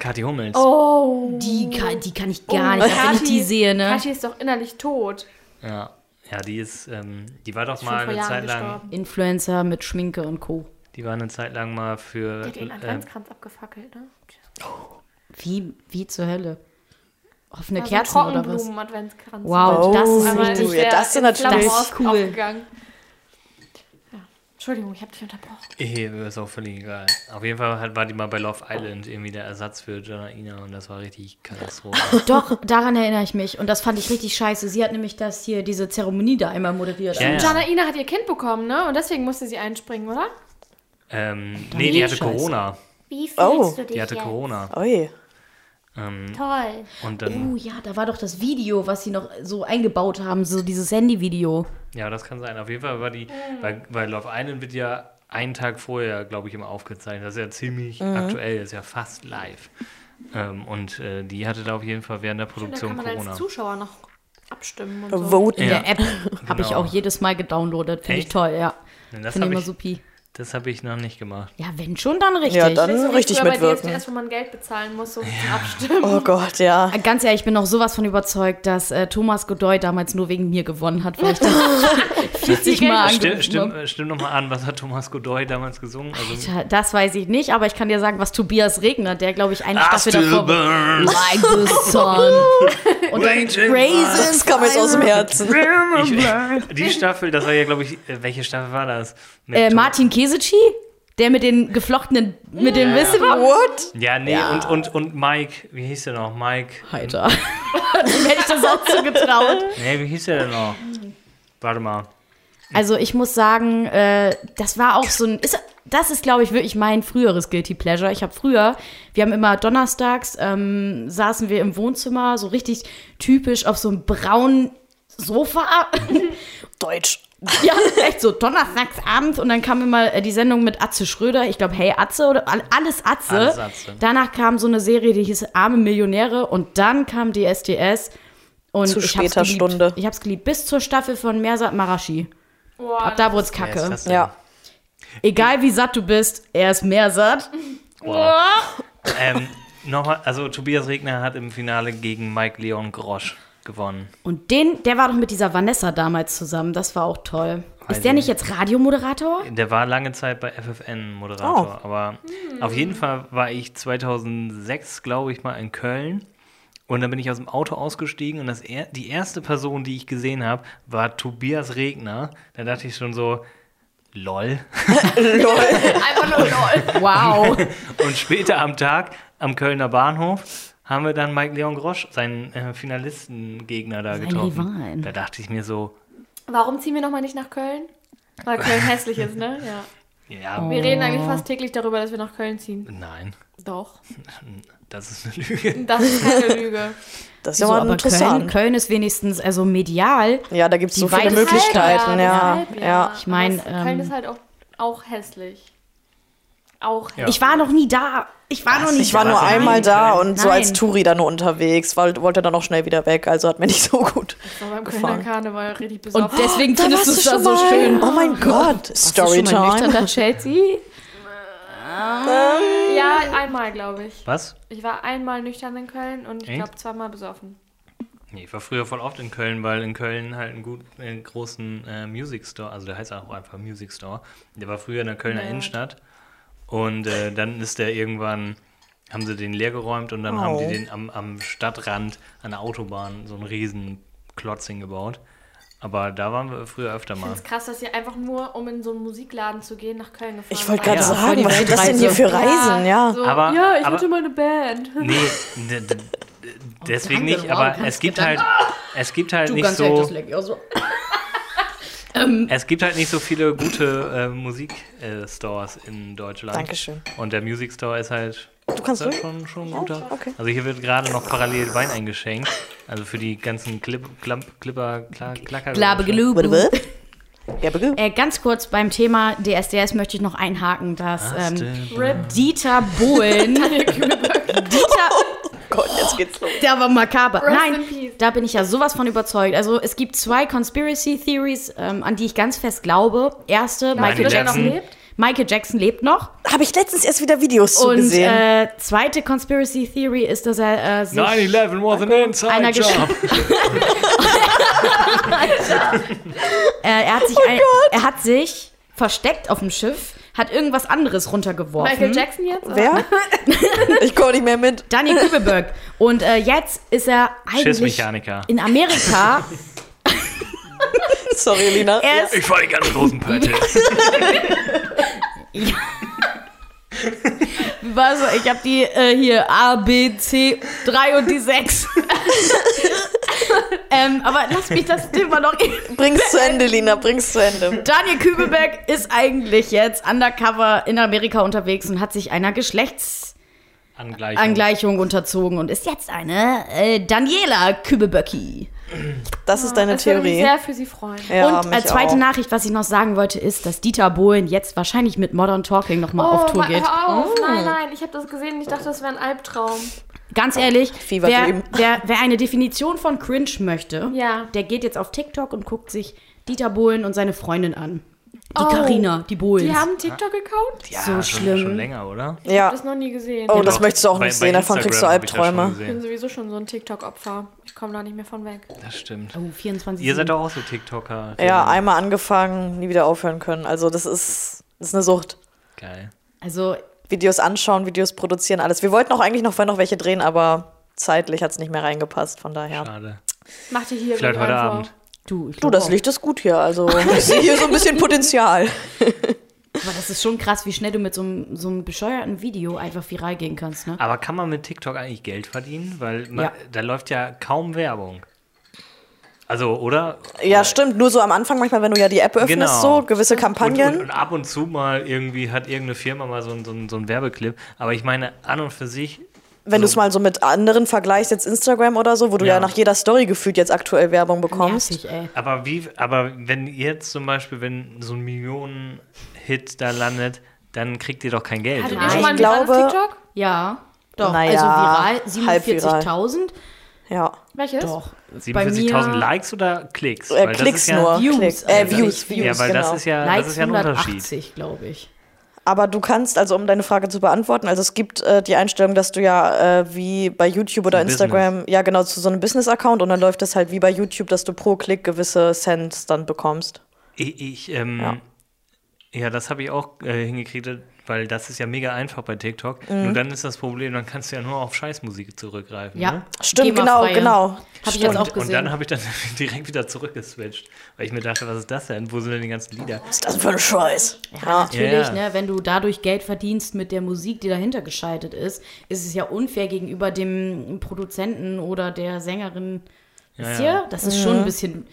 A: Kathi Hummels.
D: Oh.
B: Die kann, die kann ich gar
D: Oh,
B: nicht, also wenn ich
D: Kathi-
B: die sehe, ne?
D: Kathi ist doch innerlich tot.
A: Ja. ja, die ist, ähm, die war doch
D: Schon
A: mal
D: vor
A: eine
D: Jahren
A: Zeit lang,
D: gestorben.
B: Influencer mit Schminke und Co.
A: die war eine Zeit lang mal für
D: Die hat ihren
A: äh,
D: Adventskranz abgefackelt, ne?
B: Wie, wie zur Hölle? Offene
D: Also
B: Kerzen oder was?
D: Trockenblumen-Adventskranz.
B: Wow,
C: Oh,
B: das ist
C: Aber
B: richtig.
C: ich- Ja, das sind natürlich-
B: Das ist cool.
D: cool. Aufgegangen. Ja. Entschuldigung, ich habe dich unterbrochen.
A: Eh, ist auch völlig egal. Auf jeden Fall hat, war die mal bei Love Island irgendwie der Ersatz für Jonna Ina und das war richtig Katastrophe.
B: (laughs) Doch, daran erinnere ich mich. Und das fand ich richtig scheiße. Sie hat nämlich das hier, diese Zeremonie da einmal moderiert.
A: Ja, ja.
D: Jana Ina hat ihr Kind bekommen, ne? Und deswegen musste sie einspringen, oder?
A: ähm,
B: Dann
A: nee, die hatte
B: Scheiße.
A: Corona.
E: Wie fühlst
C: Oh.
E: du dich
A: Die hatte
E: jetzt?
A: Corona.
C: Ui.
A: Ähm,
E: Toll.
A: und dann,
B: Oh ja, da war doch das Video, was sie noch so eingebaut haben, so dieses Handy-Video.
A: ja, das kann sein. Auf jeden Fall war die, bei, bei Love Island wird ja einen Tag vorher, glaube ich, immer aufgezeichnet. Das ist ja ziemlich
B: Mhm.
A: aktuell, ist ja fast live. Ähm, und äh, die hatte da auf jeden Fall während der
D: Und da
A: Produktion
D: kann man
A: Corona.
D: als Zuschauer noch abstimmen und so.
C: Voten.
B: In
A: Ja. (laughs)
B: der App habe ich
A: Genau.
B: auch jedes Mal gedownloadet. Finde ich
A: Echt?
B: toll, ja.
A: Ja,
B: Finde
A: das hab
B: ich immer
A: ich-
B: supi.
A: Das habe ich noch nicht gemacht.
B: Ja, wenn schon, dann richtig.
C: Ja, dann richtig
D: früher
C: mitwirken.
D: Bei DSDS, wo man Geld bezahlen muss, so zum abstimmen.
C: Oh Gott, ja.
B: Ganz ehrlich, ich bin noch sowas von überzeugt, dass äh, Thomas Godoy damals nur wegen mir gewonnen hat,
A: (laughs)
B: weil ich das 40 Mal
A: Stimm,
B: angerufen ne?
A: stimm,
B: habe.
A: äh, stimm nochmal an, was hat Thomas Godoy damals gesungen? Also,
B: Tja, Das weiß ich nicht, aber ich kann dir sagen, was Tobias Regner, der glaube ich eine Staffel
A: Still
B: davor
A: burn.
B: Like the sun. (laughs) Und dann
A: Raging
B: Raisins.
C: Das kam jetzt aus dem Herzen.
A: ich, (laughs) die Staffel, das war ja, glaube ich, äh, welche Staffel war das? Mit
B: Äh,
A: Tom-
B: Martin Kesici, der mit den geflochtenen, mit dem Wissen
C: What?
A: Ja, nee, Und, und, und Mike, wie hieß der noch? Mike,
B: Heiter. (laughs) Dem hätte ich das auch zugetraut.
A: nee, wie hieß der denn noch? Warte mal.
B: Also ich muss sagen, äh, das war auch so ein. Ist, das ist, glaube ich, wirklich mein früheres Guilty Pleasure. Ich habe früher, wir haben immer donnerstags, ähm, saßen wir im Wohnzimmer, so richtig typisch auf so einem braunen Sofa.
C: Deutsch.
B: ja, echt so donnerstagsabends. Und dann kam immer äh, die Sendung mit Atze Schröder. Ich glaube, hey Atze oder all- alles Atze.
A: Alles Atze.
B: Danach kam so eine Serie, die hieß Arme Millionäre. Und dann kam die SDS. Und
C: Zu
B: ich hab's
C: später
B: geliebt.
C: Stunde.
B: Ich hab's geliebt. Bis zur Staffel von Mersat Marashi.
D: Boah,
B: Ab da wurd's
A: Wer ist
B: kacke.
A: das denn?
C: Ja.
B: Egal wie satt du bist, er ist mehr satt.
C: Oh.
A: Wow. ähm, nochmal, also Tobias Regner hat im Finale gegen Mike Leon Grosch gewonnen.
B: Und den, der war doch mit dieser Vanessa damals zusammen. Das war auch toll.
A: Weiß
B: ist der
A: ich
B: nicht jetzt Radiomoderator?
A: Der war lange Zeit bei FFN Moderator, aber auf jeden Fall war ich 2006, glaube ich, mal in Köln und dann bin ich aus dem Auto ausgestiegen und das er die erste Person, die ich gesehen habe, war Tobias Regner. Da dachte ich schon so, lol.
D: (laughs)
A: (laughs)
D: Einfach nur lol.
B: Wow. (laughs)
A: Und später am Tag am Kölner Bahnhof haben wir dann Mike Leon Grosch, seinen äh, Finalistengegner, da getroffen.
B: Rivalen.
A: Da dachte ich mir so,
D: Warum ziehen wir nochmal nicht nach Köln? Weil Köln hässlich ist, ne? Ja.
A: ja,
D: Wir reden eigentlich
C: Oh.
D: fast täglich darüber, dass wir nach Köln ziehen.
A: nein,
D: Doch.
A: das ist eine Lüge.
D: Das ist
C: (laughs)
D: keine Lüge.
C: Das ist ja
B: so,
C: mal
B: aber Köln,
C: interessant.
B: Köln ist wenigstens also medial.
C: Ja, da gibt es
B: Die
C: so viele
B: weiteste-
C: Möglichkeiten. Ja,
D: deshalb,
C: ja.
B: Ich mein,
D: Aber es- Köln
B: ähm,
D: ist halt auch, auch hässlich. Auch hässlich.
B: Ich war noch nie da. Ich war noch nie
C: Ich war
B: da.
C: nur
A: Nein.
C: einmal da und so als
B: Nein.
C: Touri da nur unterwegs, weil wollte dann auch schnell wieder weg, also hat mir nicht so gut.
D: Ich war beim
C: gefahren.
D: Kölner Karneval richtig besoffen.
B: Und deswegen findest du es da so
C: mal.
B: schön.
C: Oh mein Gott, Storytime.
B: Storytime. Chelsea?
D: ja, einmal, glaube ich.
A: Was?
D: Ich war einmal nüchtern in Köln und ich
A: Echt?
D: glaube zweimal besoffen.
A: Nee, ich war früher voll oft in Köln, weil in Köln halt einen guten äh, großen äh, Music Store, also der heißt auch einfach Music Store. Der war früher in der Kölner
D: Ja.
A: Innenstadt und äh, dann ist der irgendwann haben sie den leergeräumt und dann haben die
C: Oh.
A: den am, am Stadtrand an der Autobahn so einen riesen Klotz hingebaut. Aber da waren wir früher öfter
D: Ich
A: mal.
D: finde es krass, dass ihr einfach nur, um in so einen Musikladen zu gehen, nach Köln gefahren
C: Ich wollte
D: seid.
C: gerade
A: Ja,
B: voll die
C: sagen, was sind das denn
B: Weltreise.
C: hier für Reisen, ja.
D: So,
A: Aber-
D: ja, ich
A: aber-
D: hatte mal eine Band.
A: Nee,
D: (laughs)
A: d- d- d-
D: Oh,
A: deswegen
B: danke,
A: nicht,
B: wow,
A: aber
B: ganz
A: es gibt halt
B: gedankt.
A: es gibt halt nicht so
B: leck ich auch so.
A: Es gibt halt nicht so viele gute äh, Musikstores äh, Stores in Deutschland.
C: Dankeschön.
A: Und der Music Store ist halt,
C: Du kannst
A: ist halt
C: durch.
A: schon, schon ein guter.
C: okay.
A: Also hier wird gerade noch parallel Wein eingeschenkt. Also für die ganzen Clip, Klamp, Clipper, Kla, Klacker. ne?
C: Warte,
B: Blabegelubu.
C: warte. Ja, bitte.
B: Äh, ganz kurz beim Thema DSDS möchte ich noch einhaken, dass ähm,
A: Stimmt.
D: Rip.
B: Dieter Bohlen. Dieter,
C: Gott, jetzt geht's los.
B: der war makaber.
D: Rest in
B: Nein,
D: peace.
B: da bin ich ja sowas von überzeugt. Also es gibt zwei Conspiracy Theories, ähm, an die ich ganz fest glaube. Erste,
A: Meine
B: Michael
D: dass er noch
A: Jackson.
D: lebt?
B: Michael Jackson lebt noch.
C: Habe ich letztens erst wieder Videos zu
B: Und
C: gesehen.
B: äh, zweite Conspiracy Theory ist, dass er äh, sich
A: 9-11 was an inside
B: einer
A: job.
B: gesch- äh, er hat sich ein, er hat sich versteckt auf dem Schiff, hat irgendwas anderes runtergeworfen.
C: Hm?
D: Michael Jackson jetzt? oder?
C: (laughs) Wer? ich komme nicht mehr mit.
B: Daniel Kübelberg. Und äh, jetzt ist er eigentlich
A: Schissmechaniker.
B: in Amerika.
C: Sorry, Elina.
B: Er ist,
A: Ich fahre die ganz großen Pötte.
B: was, ich habe die äh, hier A, B, C, 3 und die 6. ähm, aber lass mich das Thema noch eben
C: Bring's zu (laughs) Ende, Lina, bring's zu Ende.
B: Daniel Kübelberg ist eigentlich jetzt undercover in Amerika unterwegs und hat sich einer Geschlechtsangleichung
A: (laughs) Angleichung.
B: unterzogen und ist jetzt eine äh, Daniela Kübelböcki.
C: Das ist deine
D: Das würde mich
C: Theorie.
D: sehr für sie freuen.
C: Ja,
B: und
C: mich
B: äh, zweite
C: auch.
B: Nachricht, was ich noch sagen wollte, ist, dass Dieter Bohlen jetzt wahrscheinlich mit Modern Talking nochmal mal auf Tour
D: wa-
B: geht.
D: Oh,
B: Oh.
D: Hör auf. Nein, nein, ich habe das gesehen und ich dachte, das wäre ein Albtraum.
B: Ganz ehrlich, wer,
C: Fiebertraum.
B: wer, wer eine Definition von Cringe möchte,
D: Ja.
B: der geht jetzt auf TikTok und guckt sich Dieter Bohlen und seine Freundin an. Die Karina, die Bohlen.
D: Oh. Die haben einen TikTok-Account?
A: Ja,
B: So
A: schon,
B: schlimm.
A: Schon länger, oder?
D: Ich
C: Ja.
D: hab das noch nie gesehen.
C: Oh,
D: ich
C: das möchtest du auch
A: Bei-
C: nicht
A: bei
C: sehen, davon kriegst du
A: Instagram hab ich das schon
C: Albträume.
A: gesehen.
D: bin sowieso schon so ein TikTok-Opfer. Ich komme da nicht mehr von weg.
A: Das stimmt.
B: Oh, 24
A: Ihr seid doch auch so TikToker.
C: Ja, einmal angefangen, nie wieder aufhören können. Also das ist, das ist eine Sucht.
A: Geil.
B: Also,
C: Videos anschauen, Videos produzieren, alles. Wir wollten auch eigentlich noch vorher noch welche drehen, aber zeitlich hat es nicht mehr reingepasst, von daher.
A: Schade.
D: Mach dir hier
A: Vielleicht heute
D: irgendwann vor.
A: Abend.
B: du, ich
C: Du,
B: glaub
C: das
B: auch.
C: Licht ist gut hier, (laughs) also ich sehe hier so ein bisschen Potenzial.
B: Aber das ist schon krass, wie schnell du mit so einem, so einem bescheuerten Video einfach viral gehen kannst, ne?
A: Aber kann man mit TikTok eigentlich Geld verdienen? Weil man,
B: Ja.
A: da läuft ja kaum Werbung. Also, oder?
C: Ja, stimmt, nur so am Anfang manchmal, wenn du ja die App öffnest,
A: Genau.
C: so gewisse
A: Und,
C: Kampagnen.
A: und, und ab und zu mal irgendwie hat irgendeine Firma mal so, einen- so, einen- so einen Werbeclip. Aber ich meine, an und für sich,
C: wenn du es mal so mit anderen vergleichst, jetzt Instagram oder so, wo du ja,
A: Genau. Ja.
C: nach jeder Story gefühlt jetzt aktuell Werbung bekommst.
B: Nervig, ey.
A: aber wie, aber wenn jetzt zum Beispiel, wenn so ein Millionen-Hit da landet, dann kriegt ihr doch kein Geld.
D: Hattet ihr
A: oder?
D: schon mal ein
C: Ich
D: virales
C: glaube-
D: TikTok?
B: Ja, doch.
C: Naja,
B: also viral,
C: halb viral.
B: 47.000.
C: Ja.
D: Welches?
B: Doch. Bei mir-
A: 47.000 Likes oder Klicks?
C: Äh,
A: Weil das
C: Klicks
A: ist ja,
C: nur.
B: Views,
C: Klicks. Äh,
B: also
C: Views,
B: nicht
C: Views,
B: Views,
A: Ja, weil
C: genau.
A: das ist ja,
B: Likes
A: Äh, das ist ja ein Unterschied.
B: 180, glaube ich.
C: Aber du kannst, also um deine Frage zu beantworten, also es gibt äh, die Einstellung, dass du ja äh, wie bei YouTube oder
A: Ein
C: Instagram, ja genau, zu so einem Business-Account und dann läuft das halt wie bei YouTube, dass du pro Klick gewisse Cents dann bekommst.
A: Ich, ich ähm, ja.
C: Ja.
A: das habe ich auch äh, hingekriegt, weil das ist ja mega einfach bei TikTok.
C: Mhm.
A: Nur dann ist das Problem, dann kannst du ja nur auf Scheißmusik zurückgreifen.
B: Ja.
A: Ne?
C: Stimmt, genau,
B: GEMA-freie.
C: genau.
B: Hab ich jetzt
A: und,
B: auch
A: und
B: gesehen.
A: dann habe ich dann (laughs) direkt wieder zurückgeswitcht, weil ich mir dachte, was ist das denn? Wo sind denn die ganzen Lieder?
C: Was ist das für ein Scheiß?
B: Ja,
C: Ja.
B: natürlich,
A: Ja.
B: ne, wenn du dadurch Geld verdienst mit der Musik, die dahinter geschaltet ist, ist es ja unfair gegenüber dem Produzenten oder der Sängerin. Wisst
A: ja.
B: ihr? Das ist
C: Mhm.
B: schon ein bisschen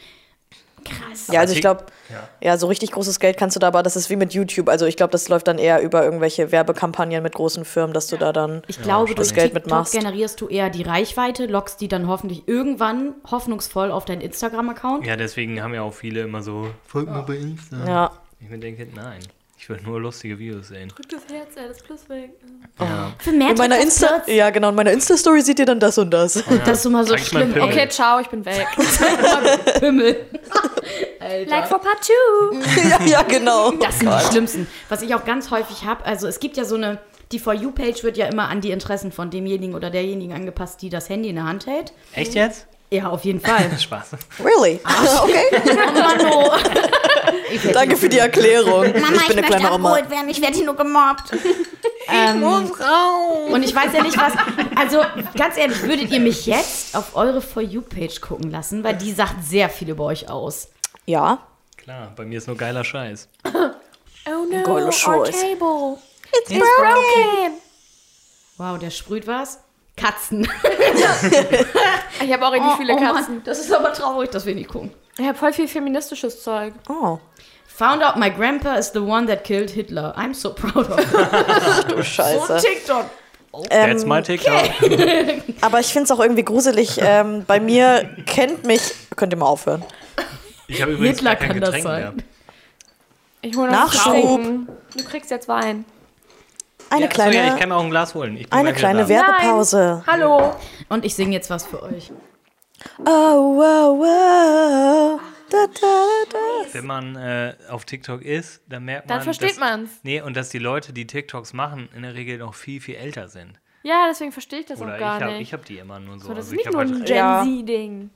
B: krass.
C: Ja, also ich glaube,
A: Ja.
C: ja, so richtig großes Geld kannst du da, aber das ist wie mit YouTube. Also ich glaube, das läuft dann eher über irgendwelche Werbekampagnen mit großen Firmen, dass du da dann.
B: Ich glaube, durch
C: Geld
B: TikTok
C: mitmachst.
B: generierst du eher die Reichweite, lockst die dann hoffentlich irgendwann hoffnungsvoll auf deinen Instagram-Account.
A: ja, deswegen haben ja auch viele immer so, folgt mir bei Insta.
C: Ja.
A: Ich mir denke, nein. Ich will nur lustige Videos sehen.
D: Drück das Herz, ey, das Plus weg.
B: Oh.
A: Ja.
B: Für mehr
C: In meiner
B: TikToks
C: Insta,
B: wird's.
C: ja genau, in meiner Insta-Story seht ihr dann das und das.
B: Das ist immer so
A: Zeig ich mal
B: schlimm.
A: Pimmel.
D: Okay, ciao, ich bin weg.
B: Pimmel. Alter.
D: like for part two.
C: (laughs) ja, ja, genau.
B: Das sind die schlimmsten. Was ich auch ganz häufig habe, also es gibt ja so eine, die For You-Page wird ja immer an die Interessen von demjenigen oder derjenigen angepasst, die das Handy in der Hand hält.
A: Echt jetzt?
B: Ja, auf jeden (laughs) Fall.
A: (laughs) Spaß.
C: Really? (laughs) okay. Danke für die Erklärung. ich bin eine kleine Oma.
B: werden, ich werde hier nur
C: (laughs)
B: gemobbt. Ähm, Und ich weiß ja nicht, was. Also, ganz ehrlich, würdet ihr mich jetzt auf eure For You-Page gucken lassen? Weil die sagt sehr viel über euch aus.
C: Ja.
A: Klar, bei mir ist nur geiler Scheiß.
D: Oh no,
C: Geile
D: our
C: Scheiß.
D: table. It's, broken.
B: Wow, der sprüht was?
C: (laughs)
B: Katzen.
D: Ich habe auch richtig viele
B: Oh, oh Mann,
D: Katzen.
B: das ist aber traurig, dass wir nicht gucken.
D: Ich habe voll viel feministisches Zeug.
C: Oh,
B: Found out my grandpa is the one that killed Hitler. I'm so proud of him.
C: du Scheiße.
B: TikTok.
C: Ähm,
A: That's my TikTok.
C: Aber ich finde es auch irgendwie gruselig. Ähm, bei mir kennt mich. Könnt ihr mal aufhören?
A: Ich habe übrigens
B: Hitler
A: gar kein
B: kann das
A: Getränk
B: sein.
A: mehr.
D: Ich hole noch was zu
C: Nachschub.
D: trinken. Du kriegst jetzt Wein.
C: Eine
A: Ja,
C: kleine,
A: Achso, ja, ich kann mir auch ein Glas holen. Ich bin
C: eine
A: gleich
C: kleine
A: wieder da.
C: Werbepause.
D: Nein. Hallo.
B: Und ich singe jetzt was für euch.
C: Oh, wow, wow. Da, da, da.
A: Wenn man äh, auf TikTok ist, dann merkt man.
D: Dann versteht
A: dass,
D: man's.
A: Nee, und dass die Leute, die TikToks machen, in der Regel noch viel, viel älter sind.
D: Ja, deswegen verstehe ich das
A: Oder
D: auch
A: ich
D: Oh, gar
A: habe
D: nicht.
A: ich hab die immer nur so.
D: so, das ist
A: also ich
D: nicht
A: hab
D: nur
A: halt,
D: ein Gen
C: Ja.
D: Z-Ding.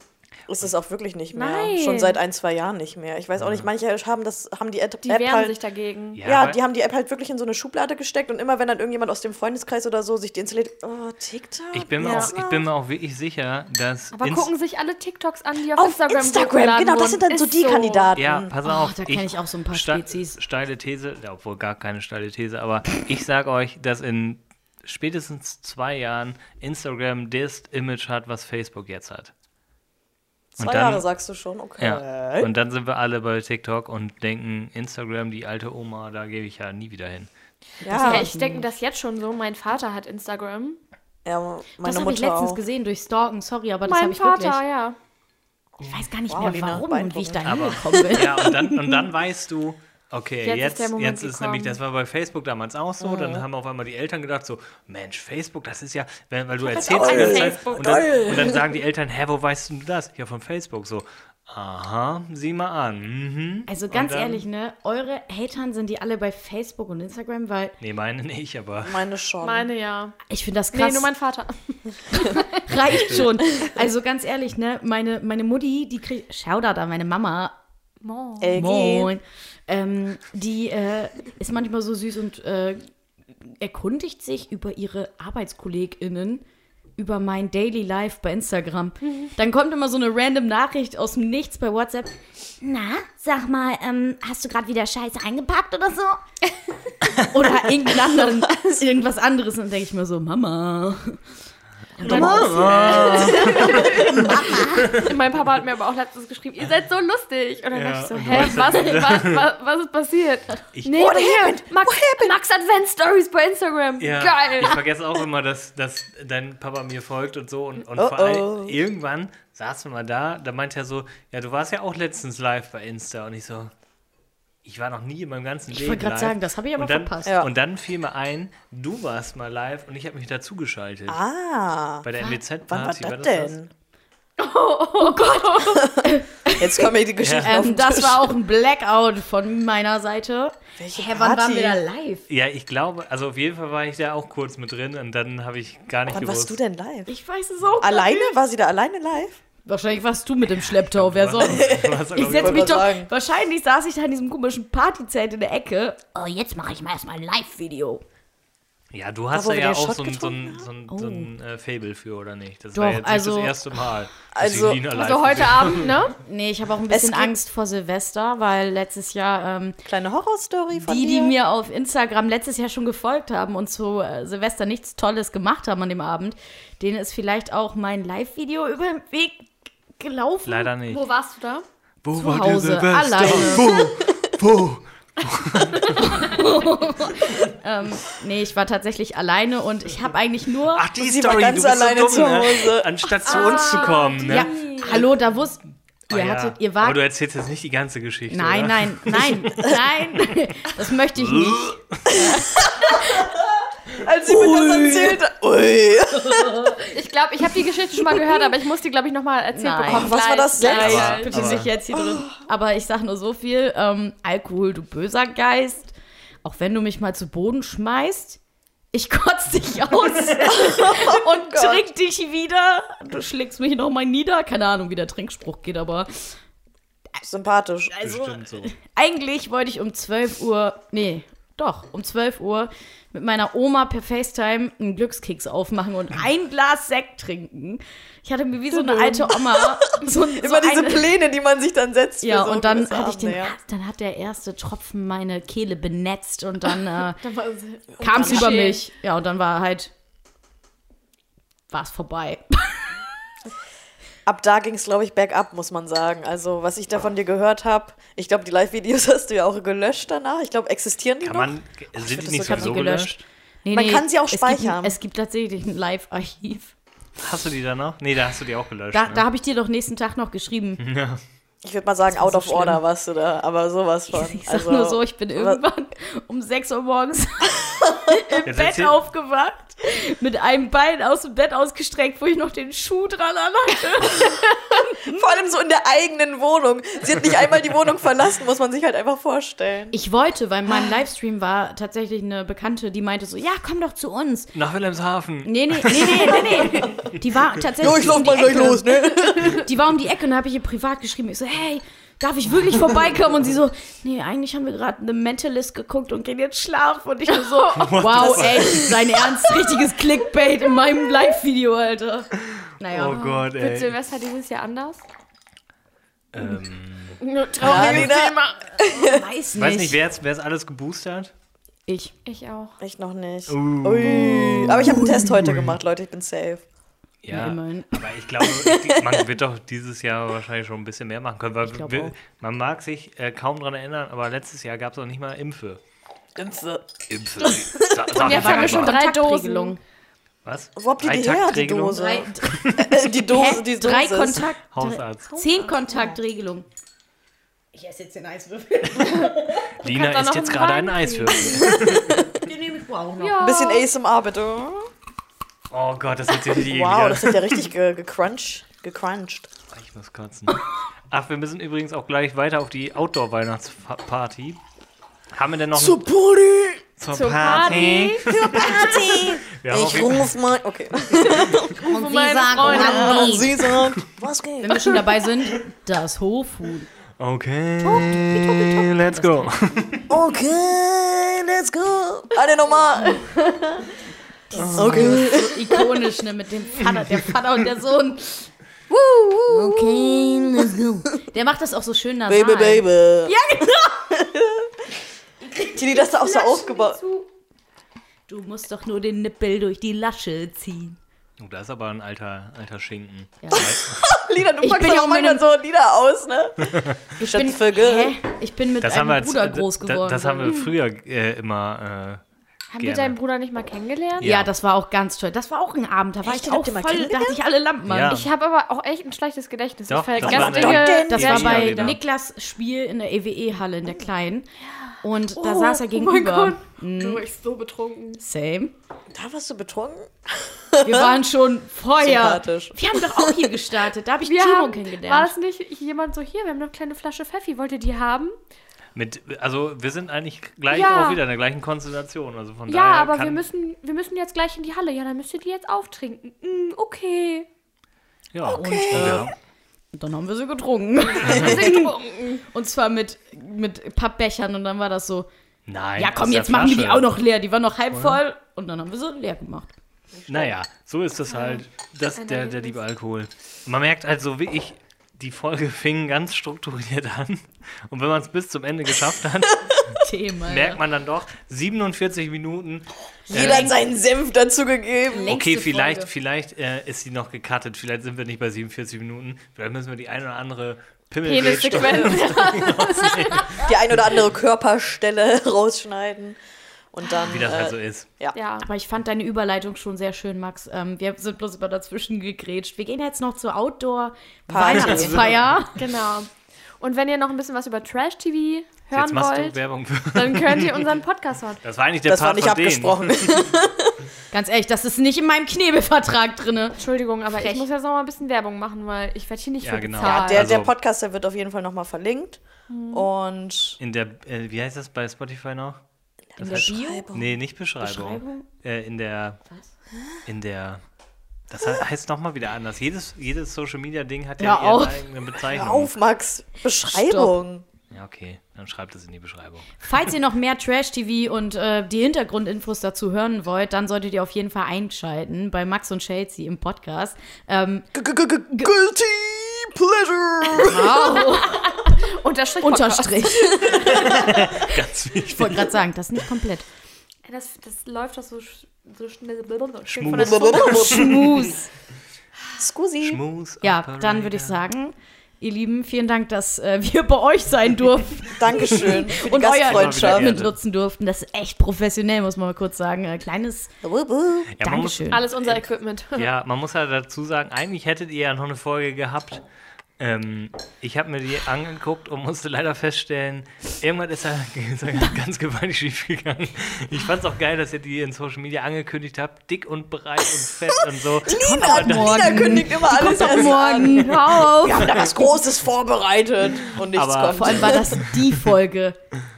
C: Ist es auch wirklich nicht mehr.
D: Nein.
C: Schon seit ein, zwei Jahren nicht mehr. Ich weiß auch nicht, manche haben das, haben die App,
D: Die
C: App
D: wehren
C: halt.
D: sich dagegen.
A: ja,
C: ja,
A: aber-
C: die haben die App halt wirklich in so eine Schublade gesteckt und immer wenn dann irgendjemand aus dem Freundeskreis oder so sich die installiert, oh, TikTok.
A: ich bin, mir
D: Ja.
A: auch, ich bin mir auch wirklich sicher, dass.
D: Aber
A: Inst-
D: gucken sich alle TikToks an, die auf,
C: auf
D: Instagram
C: Instagram,
D: hochgeladen
C: genau, das sind dann
D: wurden.
C: so
D: Ist
C: die Kandidaten.
A: Ja, pass
B: Oh,
A: auf.
B: da kenn ich auch so ein paar
A: sta-
B: Spezies.
A: Steile These, ja, obwohl gar keine steile These, aber ich sag euch, dass in spätestens zwei Jahren Instagram das Image hat, was Facebook jetzt hat.
C: Zwei
A: und dann-
C: Jahre sagst du schon, okay.
A: Ja.
D: Äh.
A: Und dann sind wir alle bei TikTok und denken, Instagram, die alte Oma, da gebe ich ja nie wieder hin.
C: Ja,
D: Ja, ich denke das jetzt schon so. Mein Vater hat Instagram.
C: ja meine
B: Das habe ich
C: Mutter
B: letztens
C: auch.
B: gesehen durch Stalken. Sorry, aber das habe
D: mein
B: ich
D: Vater,
B: wirklich.
D: ja.
B: Ich weiß gar nicht
C: Wow,
B: mehr,
C: Lena,
B: warum und wie ich da
A: Aber-
B: hingekommen bin.
A: Ja, und dann, und dann weißt du, okay,
D: Jetzt ist
A: jetzt,
D: der
A: jetzt ist,
D: Moment
A: nämlich,
D: gekommen. Äh.
A: das war bei Facebook damals auch so, dann haben auf einmal die Eltern gedacht so, Mensch, Facebook, das ist ja, weil, weil du
D: das
A: erzählst
D: auch
A: die ganze
D: alles.
A: Zeit und dann, und dann sagen die Eltern, hä, wo weißt denn du das? Ja, von Facebook so. Aha, sieh mal an. Mhm.
B: Also
A: Und
B: ganz
A: dann-
B: ehrlich, ne? Eure Hatern sind die alle bei Facebook und Instagram, weil
A: Nee, meine nicht, aber
C: Meine schon.
D: Meine ja.
B: ich finde das
D: Nee,
B: krass.
D: nur mein Vater.
B: reicht schon. Also ganz ehrlich, ne? Meine, meine Mutti, die kriegt. Shoutout an meine Mama.
D: Mom.
C: LG.
B: Moin. Ähm, die äh, ist manchmal so süß und äh, erkundigt sich über ihre ArbeitskollegInnen über mein Daily Life bei Instagram. Dann kommt immer so eine random Nachricht aus dem Nichts bei WhatsApp.
E: Na, sag mal, ähm, hast du gerade wieder Scheiße eingepackt oder so?
B: Oder irgendeinen anderen, irgendwas anderes. Und dann denke ich mir so, Mama. Und
D: (laughs)
B: dann,
D: Mein Papa hat mir aber auch letztens geschrieben, ihr seid so lustig. Und dann
A: Ja,
D: dachte ich so,
A: und
D: hä,
A: du
D: was, was, was, was ist passiert? nee,
C: What
D: bei mir.
C: happened?
D: Max, Max Advent Stories bei Instagram.
A: Ja,
D: Geil.
A: ich vergesse auch immer, dass, dass dein Papa mir folgt und so. Und, und
C: Oh,
A: vor allem,
C: oh.
A: irgendwann saßen wir mal da, da meint er so, ja, du warst ja auch letztens live bei Insta. Und ich so, ich war noch nie in meinem ganzen
B: Ich
A: Leben
B: wollte gerade
A: live.
B: sagen, das habe ich aber
A: und dann,
B: verpasst.
C: Ja.
A: Und dann fiel mir ein, du warst mal live und ich habe mich dazugeschaltet.
C: Ah,
A: Bei der
C: wann war
A: NWZ-Party
C: das denn?
B: Oh Gott,
C: Jetzt kommen mir die Geschichten auf
B: ähm,
C: den
B: das
C: Tisch.
B: war auch ein Blackout von meiner Seite.
C: Welche
B: Hä, wann waren
C: Party?
B: wir da live?
A: Ja, ich glaube, also auf jeden Fall war ich da auch kurz mit drin und dann habe ich gar nicht
C: Wann
A: gewusst.
C: warst du denn live?
B: Ich weiß es auch.
C: Alleine? War sie da alleine live?
B: Wahrscheinlich warst du mit dem Schlepptau, wer sonst?
A: (laughs) Warst du,
B: Ich
A: glaub
B: setze
C: wollte
B: mich
C: gerade
B: doch.
C: sagen.
B: Wahrscheinlich saß ich da in diesem komischen Partyzelt in der Ecke.
E: Oh, jetzt mache ich mal erstmal ein Live-Video.
A: Ja, du hast
C: wo
A: da
C: wir
A: ja
C: den
A: auch
C: Shot
A: so ein, so ein,
C: getrunken
A: so ein, so ein äh, Fable für, oder nicht? Das
B: Doch,
A: war jetzt
B: also-
A: nicht das erste Mal. dass ich
C: Also-
A: Lina live
D: Also
A: gesehen
D: heute Abend, ne?
B: Nee, ich habe auch ein bisschen
C: gibt-
B: Angst vor Silvester, weil letztes Jahr ähm,
C: Kleine Horrorstory von
B: die, die
C: dir?
B: mir auf Instagram letztes Jahr schon gefolgt haben und zu äh, Silvester nichts Tolles gemacht haben an dem Abend, denen ist vielleicht auch mein Live-Video über den Weg gelaufen.
A: Leider nicht.
D: Wo warst du da?
A: Wo
B: zu Hause, alleine.
A: Wo? Wo?
B: (laughs) Ähm, Nee, ich war tatsächlich alleine und ich habe eigentlich nur.
A: Ach, die
C: Sie war
A: Story,
C: ganz
A: du bist
C: alleine
A: so dumm,
C: zu Hause.
A: Ne? Anstatt zu uns zu kommen, ne?
B: ja, hallo, da wusst.
A: Ah,
B: Ihr
A: ja.
B: hattet, ihr wart
A: Aber du erzählst jetzt nicht die ganze Geschichte.
B: Nein,
A: oder?
B: nein, nein,
A: (laughs)
B: nein. Das möchte ich nicht.
C: Als sie mir das erzählt hat. Ui.
D: Ich glaube, ich habe die Geschichte schon mal gehört, aber ich muss die, glaube ich, nochmal erzählt
B: Nein.
D: bekommen.
C: Ach, was war das
D: Gleich,
C: denn? (laughs)
D: gleich.
B: Bitte sich jetzt hier drin. Aber ich sag nur so viel: ähm, Alkohol, du böser Geist. Auch wenn du mich mal zu Boden schmeißt, ich kotz
C: (laughs)
B: dich aus
C: Oh
B: und trink dich wieder. Du schlägst mich nochmal nieder. Keine Ahnung, wie der Trinkspruch geht, aber
C: Sympathisch.
A: Bestimmt so.
B: eigentlich wollte ich um 12 Uhr, nee, doch, um 12 Uhr mit meiner Oma per FaceTime einen Glückskeks aufmachen und ein Glas Sekt trinken. Ich hatte mir wie so eine alte Oma so, ein- so
C: (laughs) Immer diese
B: eine,
C: Pläne, die man sich dann setzt. für
B: ja,
C: so
B: und dann
C: gewisse
B: hatte ich den,
C: Abende, ja.
B: dann hat der erste Tropfen meine Kehle benetzt und (laughs) dann äh,
D: Aber-
B: kam es über
D: schön.
B: mich. Ja, und dann war halt, war es vorbei. (laughs)
C: Ab da ging es, glaube ich, bergab, muss man sagen. Also, was ich da von dir gehört habe, ich glaube, die Live-Videos (laughs) hast du ja auch gelöscht danach. Ich glaube, existieren die
A: Kann
C: noch?
A: man, (laughs) sind
C: das
A: die
C: so
A: nicht
C: krass
A: sowieso
B: gelöscht.
A: gelöscht?
B: Nee,
C: Man kann sie auch
B: es gibt-
C: speichern.
B: Es gibt tatsächlich ein Live-Archiv.
A: Hast du die da noch? Nee, da hast du die auch gelöscht.
B: Da,
A: ne?
B: da habe ich dir doch nächsten Tag noch geschrieben.
C: Ich würde mal sagen, out
B: so
C: of
B: schlimm.
C: order warst du da, aber sowas schon.
B: (laughs) Ich sag
C: also,
B: nur so, ich bin
C: wa-
B: irgendwann um 6 Uhr morgens im
A: Jetzt
B: Bett
A: erzähl-
B: aufgewacht, mit einem Bein aus dem Bett ausgestreckt, wo ich noch den Schuh dran hatte.
C: Vor allem so in der eigenen Wohnung. Sie hat nicht einmal die Wohnung verlassen, muss man sich halt einfach vorstellen.
B: Ich wollte, weil in meinem Livestream war tatsächlich eine Bekannte, die meinte so, ja, komm doch zu uns.
A: Nach Wilhelmshaven.
B: Nee, nee, nee, nee, nee, nee. Die war tatsächlich um die Ecke.
C: ne?
B: Die war um die Ecke und da habe ich ihr privat geschrieben. Ich so, hey, darf ich wirklich vorbeikommen? Und sie so, nee, eigentlich haben wir gerade eine Mentalist geguckt und gehen jetzt schlafen. Und ich nur so, wow, ey, sein Ernst, richtiges Clickbait in meinem Live-Video, Alter. Naja.
A: Oh Gott,
D: Wird
A: ey.
D: Silvester dieses Jahr anders?
A: Ähm,
D: Trauriges
C: Ja, Lena.
D: Thema.
B: weiß nicht.
A: weiß nicht, wer es alles geboostert?
B: Ich.
D: Ich auch.
C: Ich noch nicht.
B: Uh.
C: Ui. Aber ich habe einen Test heute gemacht, Leute, ich bin safe.
B: Ja,
A: Ja,
B: immerhin.
A: aber ich glaube, die- man wird doch dieses Jahr wahrscheinlich schon ein bisschen mehr machen können, weil
B: glaub
A: wir,
B: auch.
A: man mag sich äh, kaum dran erinnern, aber letztes Jahr gab es auch nicht mal Impfe.
C: Impfe.
A: Impfe. Sa sag
D: jetzt
A: mal
D: haben wir schon
A: mal.
D: drei
B: Kontaktregelung.
A: Was?
C: Wo habt ihr die her, die
A: Drei-Takt-Regelung?
C: Dose?
B: Drei,
C: Äh, (laughs) die Dose, die Dose.
B: drei
C: ist-
B: Kontakt.
A: Hausarzt.
B: Zehn Kontaktregelung. Ich esse jetzt den Eiswürfel.
A: Lina
D: kannst
A: isst
D: auch
A: jetzt
D: noch
A: gerade
D: einen
A: einen Eiswürfel.
B: Den nehme ich auch noch.
D: Ja.
C: Ein bisschen ASMR, bitte.
A: Oh Gott, das wird sich die
C: Wow,
A: wieder.
C: das hat ja richtig ge gecrunched. Gecrunched.
A: Ich muss kotzen. Ach, wir müssen übrigens auch gleich weiter auf die Outdoor-Weihnachtsparty. Haben wir denn noch
C: Zur Party!
A: zur,
D: Zur Party.
C: (laughs)
A: Wir haben auf
C: Ich
A: jeden-
C: ruf mal. Okay.
B: Und sie
D: meine
B: sagt,
D: Freunde.
B: Mann,
C: Und sie sagt, was geht?
B: wenn wir schon dabei sind, das Hofhuhn.
A: Okay, let's go.
C: Okay, let's go. Alle nochmal. Okay.
B: So ikonisch, ne, mit dem Vater,
C: (laughs)
B: der Vater und der Sohn.
E: Okay, let's go.
B: Der macht das auch so schön nasal.
C: Baby, baby. Ja, genau. Tini, das da auch so aufgebaut.
B: Du musst doch nur den Nippel durch die Lasche ziehen.
A: Oh, da ist aber ein alter, alter Schinken.
C: Lina, du
B: Ich
C: packst
B: bin ja
C: auch
B: auch mit
C: manchmal
B: einem-
C: so Lieder aus, ne?
B: Ich
C: Statt
B: bin,
C: Vögel.
B: hä? ich bin mit
A: Das
B: einem
A: haben wir als,
B: Bruder
A: äh,
B: groß
A: da-
B: geworden.
A: Das haben wir früher äh, immer.
D: Haben wir
A: Gerne.
D: deinen Bruder nicht mal kennengelernt?
A: Ja.
B: ja. das war auch ganz toll. Das war auch ein Abend. Da war
C: Echt?
B: ich
C: Habt
B: auch
C: ihr mal
B: voll, da hatte ich alle Lampen
A: Ja.
B: an.
D: Ich habe aber auch echt ein schlechtes Gedächtnis.
A: Doch,
D: ich vergesse
A: das war
D: Dinge.
C: der-
B: Das
A: Ja,
B: war
A: ja,
B: bei
A: genau.
B: Niklas Spiel in der E EWE-Halle in der Kleinen. Und da
D: Oh,
B: saß er
D: oh mein
B: gegenüber.
D: Gott. Du, ich bin so betrunken.
B: Same.
C: Da warst du betrunken?
B: Wir waren schon vorher.
C: Sympathisch.
B: Wir haben doch auch hier gestartet. Da habe ich
D: Wir
B: Timo
D: haben, war
B: kennengelernt.
D: es nicht jemand so hier? Wir haben noch eine kleine Flasche Pfeffi. Wollt ihr die haben?
A: Äh, mit, also, wir sind eigentlich gleich
D: Ja.
A: auch wieder in der gleichen Konstellation. Also von
D: Ja,
A: daher
D: aber
A: kann,
D: wir müssen, wir müssen jetzt gleich in die Halle. Ja, dann müsst ihr die jetzt auftrinken. Mm, okay.
A: Ja, und, äh, ja.
B: Und dann haben wir sie
A: (laughs)
B: getrunken.
D: Wir sind getrunken.
B: Und zwar mit, mit Pappbechern. Und dann war das so,
A: Nein.
B: ja komm,
A: aus der
B: jetzt machen wir die
A: Flasche.
B: auch noch leer. Die war noch halb voll. Und dann haben wir sie leer gemacht.
A: (laughs) Naja, so ist das halt. Das,
B: Äh,
A: der, der liebe Alkohol. Man merkt halt so, wie ich, die Folge (laughs) fing ganz strukturiert an. Und wenn man es bis zum Ende geschafft
B: (laughs)
A: hat,
B: Thema.
A: merkt man dann doch, 47 Minuten.
C: Jeder hat seinen Senf dazu gegeben.
A: Okay,
B: längste
A: vielleicht,
B: Folge.
A: vielleicht äh, ist sie noch gecuttet. Vielleicht sind wir nicht bei 47 Minuten. Vielleicht müssen wir die ein oder andere Pimmel
D: Penissequenz.
C: Die ein oder andere Körperstelle (laughs) rausschneiden. Und dann.
A: wie das
C: äh,
A: halt so ist.
D: Ja.
B: Aber ich fand deine Überleitung schon sehr schön, Max. Ähm, wir sind bloß immer dazwischen gegrätscht. Wir gehen jetzt noch zur
C: Party.
A: (laughs)
B: Outdoor-Weihnachtsfeier.
D: Genau. Und wenn ihr noch ein bisschen was über Trash-TV
A: Jetzt
D: hören
A: machst du
D: wollt,
A: Werbung für. (laughs)
D: dann könnt ihr unseren Podcast hören.
A: Das war eigentlich der
C: das war
A: Part
C: nicht
A: von denen.
C: abgesprochen.
B: Ganz ehrlich, das ist nicht in meinem Knebelvertrag drinne.
D: Entschuldigung, aber ich muss jetzt noch mal ein bisschen Werbung machen, weil ich werde hier nicht
A: Ja,
D: für
A: genau.
D: bezahlt.
A: Ja,
C: Der, der
A: Also-
C: Podcast, der wird auf jeden Fall nochmal verlinkt.
B: Mhm.
C: Und.
A: In der, äh, wie heißt das bei Spotify noch?
B: In der Bio?
A: Nee, nicht Beschreibung.
B: Beschreibung?
A: Äh, in der. In der. Das he- heißt nochmal wieder anders. Jedes, jedes Social Media Ding hat ja
B: Hör
A: ihre
B: auf.
A: eigene
C: Hör
A: Bezeichnung.
C: auf, Max. Beschreibung.
A: Ja, okay. Dann schreibt es in die Beschreibung. (laughs)
B: Falls ihr noch mehr Trash-TV und äh, die Hintergrundinfos dazu hören wollt, dann solltet ihr auf jeden Fall einschalten bei Max und Chelsea im Podcast. Ähm,
C: Gu- gu- gu- Guilty Pleasure.
B: (laughs)
D: Unterstrich Podcast.
B: Unterstrich.
A: Ganz wichtig.
B: Ich wollte gerade sagen, das ist nicht komplett.
D: Das, das läuft doch so, sch- so schnell.
A: Schmus.
D: Von der Zunge.
B: Schmus.
C: Scusi.
A: Schmus.
B: Ja,
A: Operator.
B: dann würde ich sagen, ihr Lieben, vielen Dank, dass äh, wir bei euch sein durften
C: Dankeschön für die
B: und euer
C: Gastfreundschaft.
B: Equipment nutzen durften. Das ist echt professionell, muss man mal kurz sagen. Äh, kleines
A: Ja, man muss,
B: Dankeschön.
D: Alles unser Equipment.
A: ja, man muss ja dazu sagen, eigentlich hättet ihr ja noch eine Folge gehabt. Ähm, ich habe mir die angeguckt und musste leider feststellen, irgendwann ist da (laughs) ist da ganz gewaltig schief gegangen. Ich fand's auch geil, dass ihr die in Social Media angekündigt habt. Dick und breit und fett und so.
C: Lina, Lina
B: morgen.
C: kündigt immer alles erst an.
B: Morgen, hör auf.
C: Wir haben da was Großes vorbereitet und nichts
A: Aber-
B: Vor allem
C: kommt.
B: war das die Folge.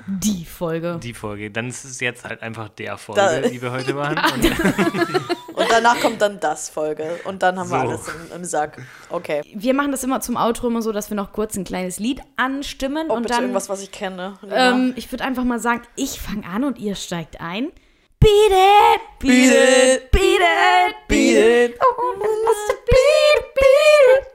B: Die Folge.
A: die Folge. Dann ist es jetzt halt einfach der Folge,
C: Da-
A: die wir heute machen. Und
C: Und danach kommt dann das Folge. Und dann haben wir
A: So.
C: alles im, im Sack. Okay.
B: Wir machen das immer zum Outro immer so, dass wir noch kurz ein kleines Lied anstimmen
C: Oh,
B: und
C: bitte
B: dann.
C: irgendwas, was ich kenne. Lina.
B: ähm, ich würde einfach mal sagen, ich fange an und ihr steigt ein. Beat it, beat it, beat it,
C: Beat it.
B: Oh, das machst du. beat, beat it.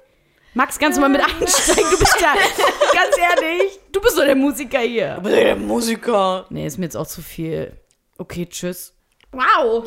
B: Max, kannst du mal mit einsteigen? Du (laughs) bist ja, ganz ehrlich, du bist doch der Musiker hier.
C: Der Musiker.
B: Nee, ist mir jetzt auch zu viel. Okay, tschüss. Wow.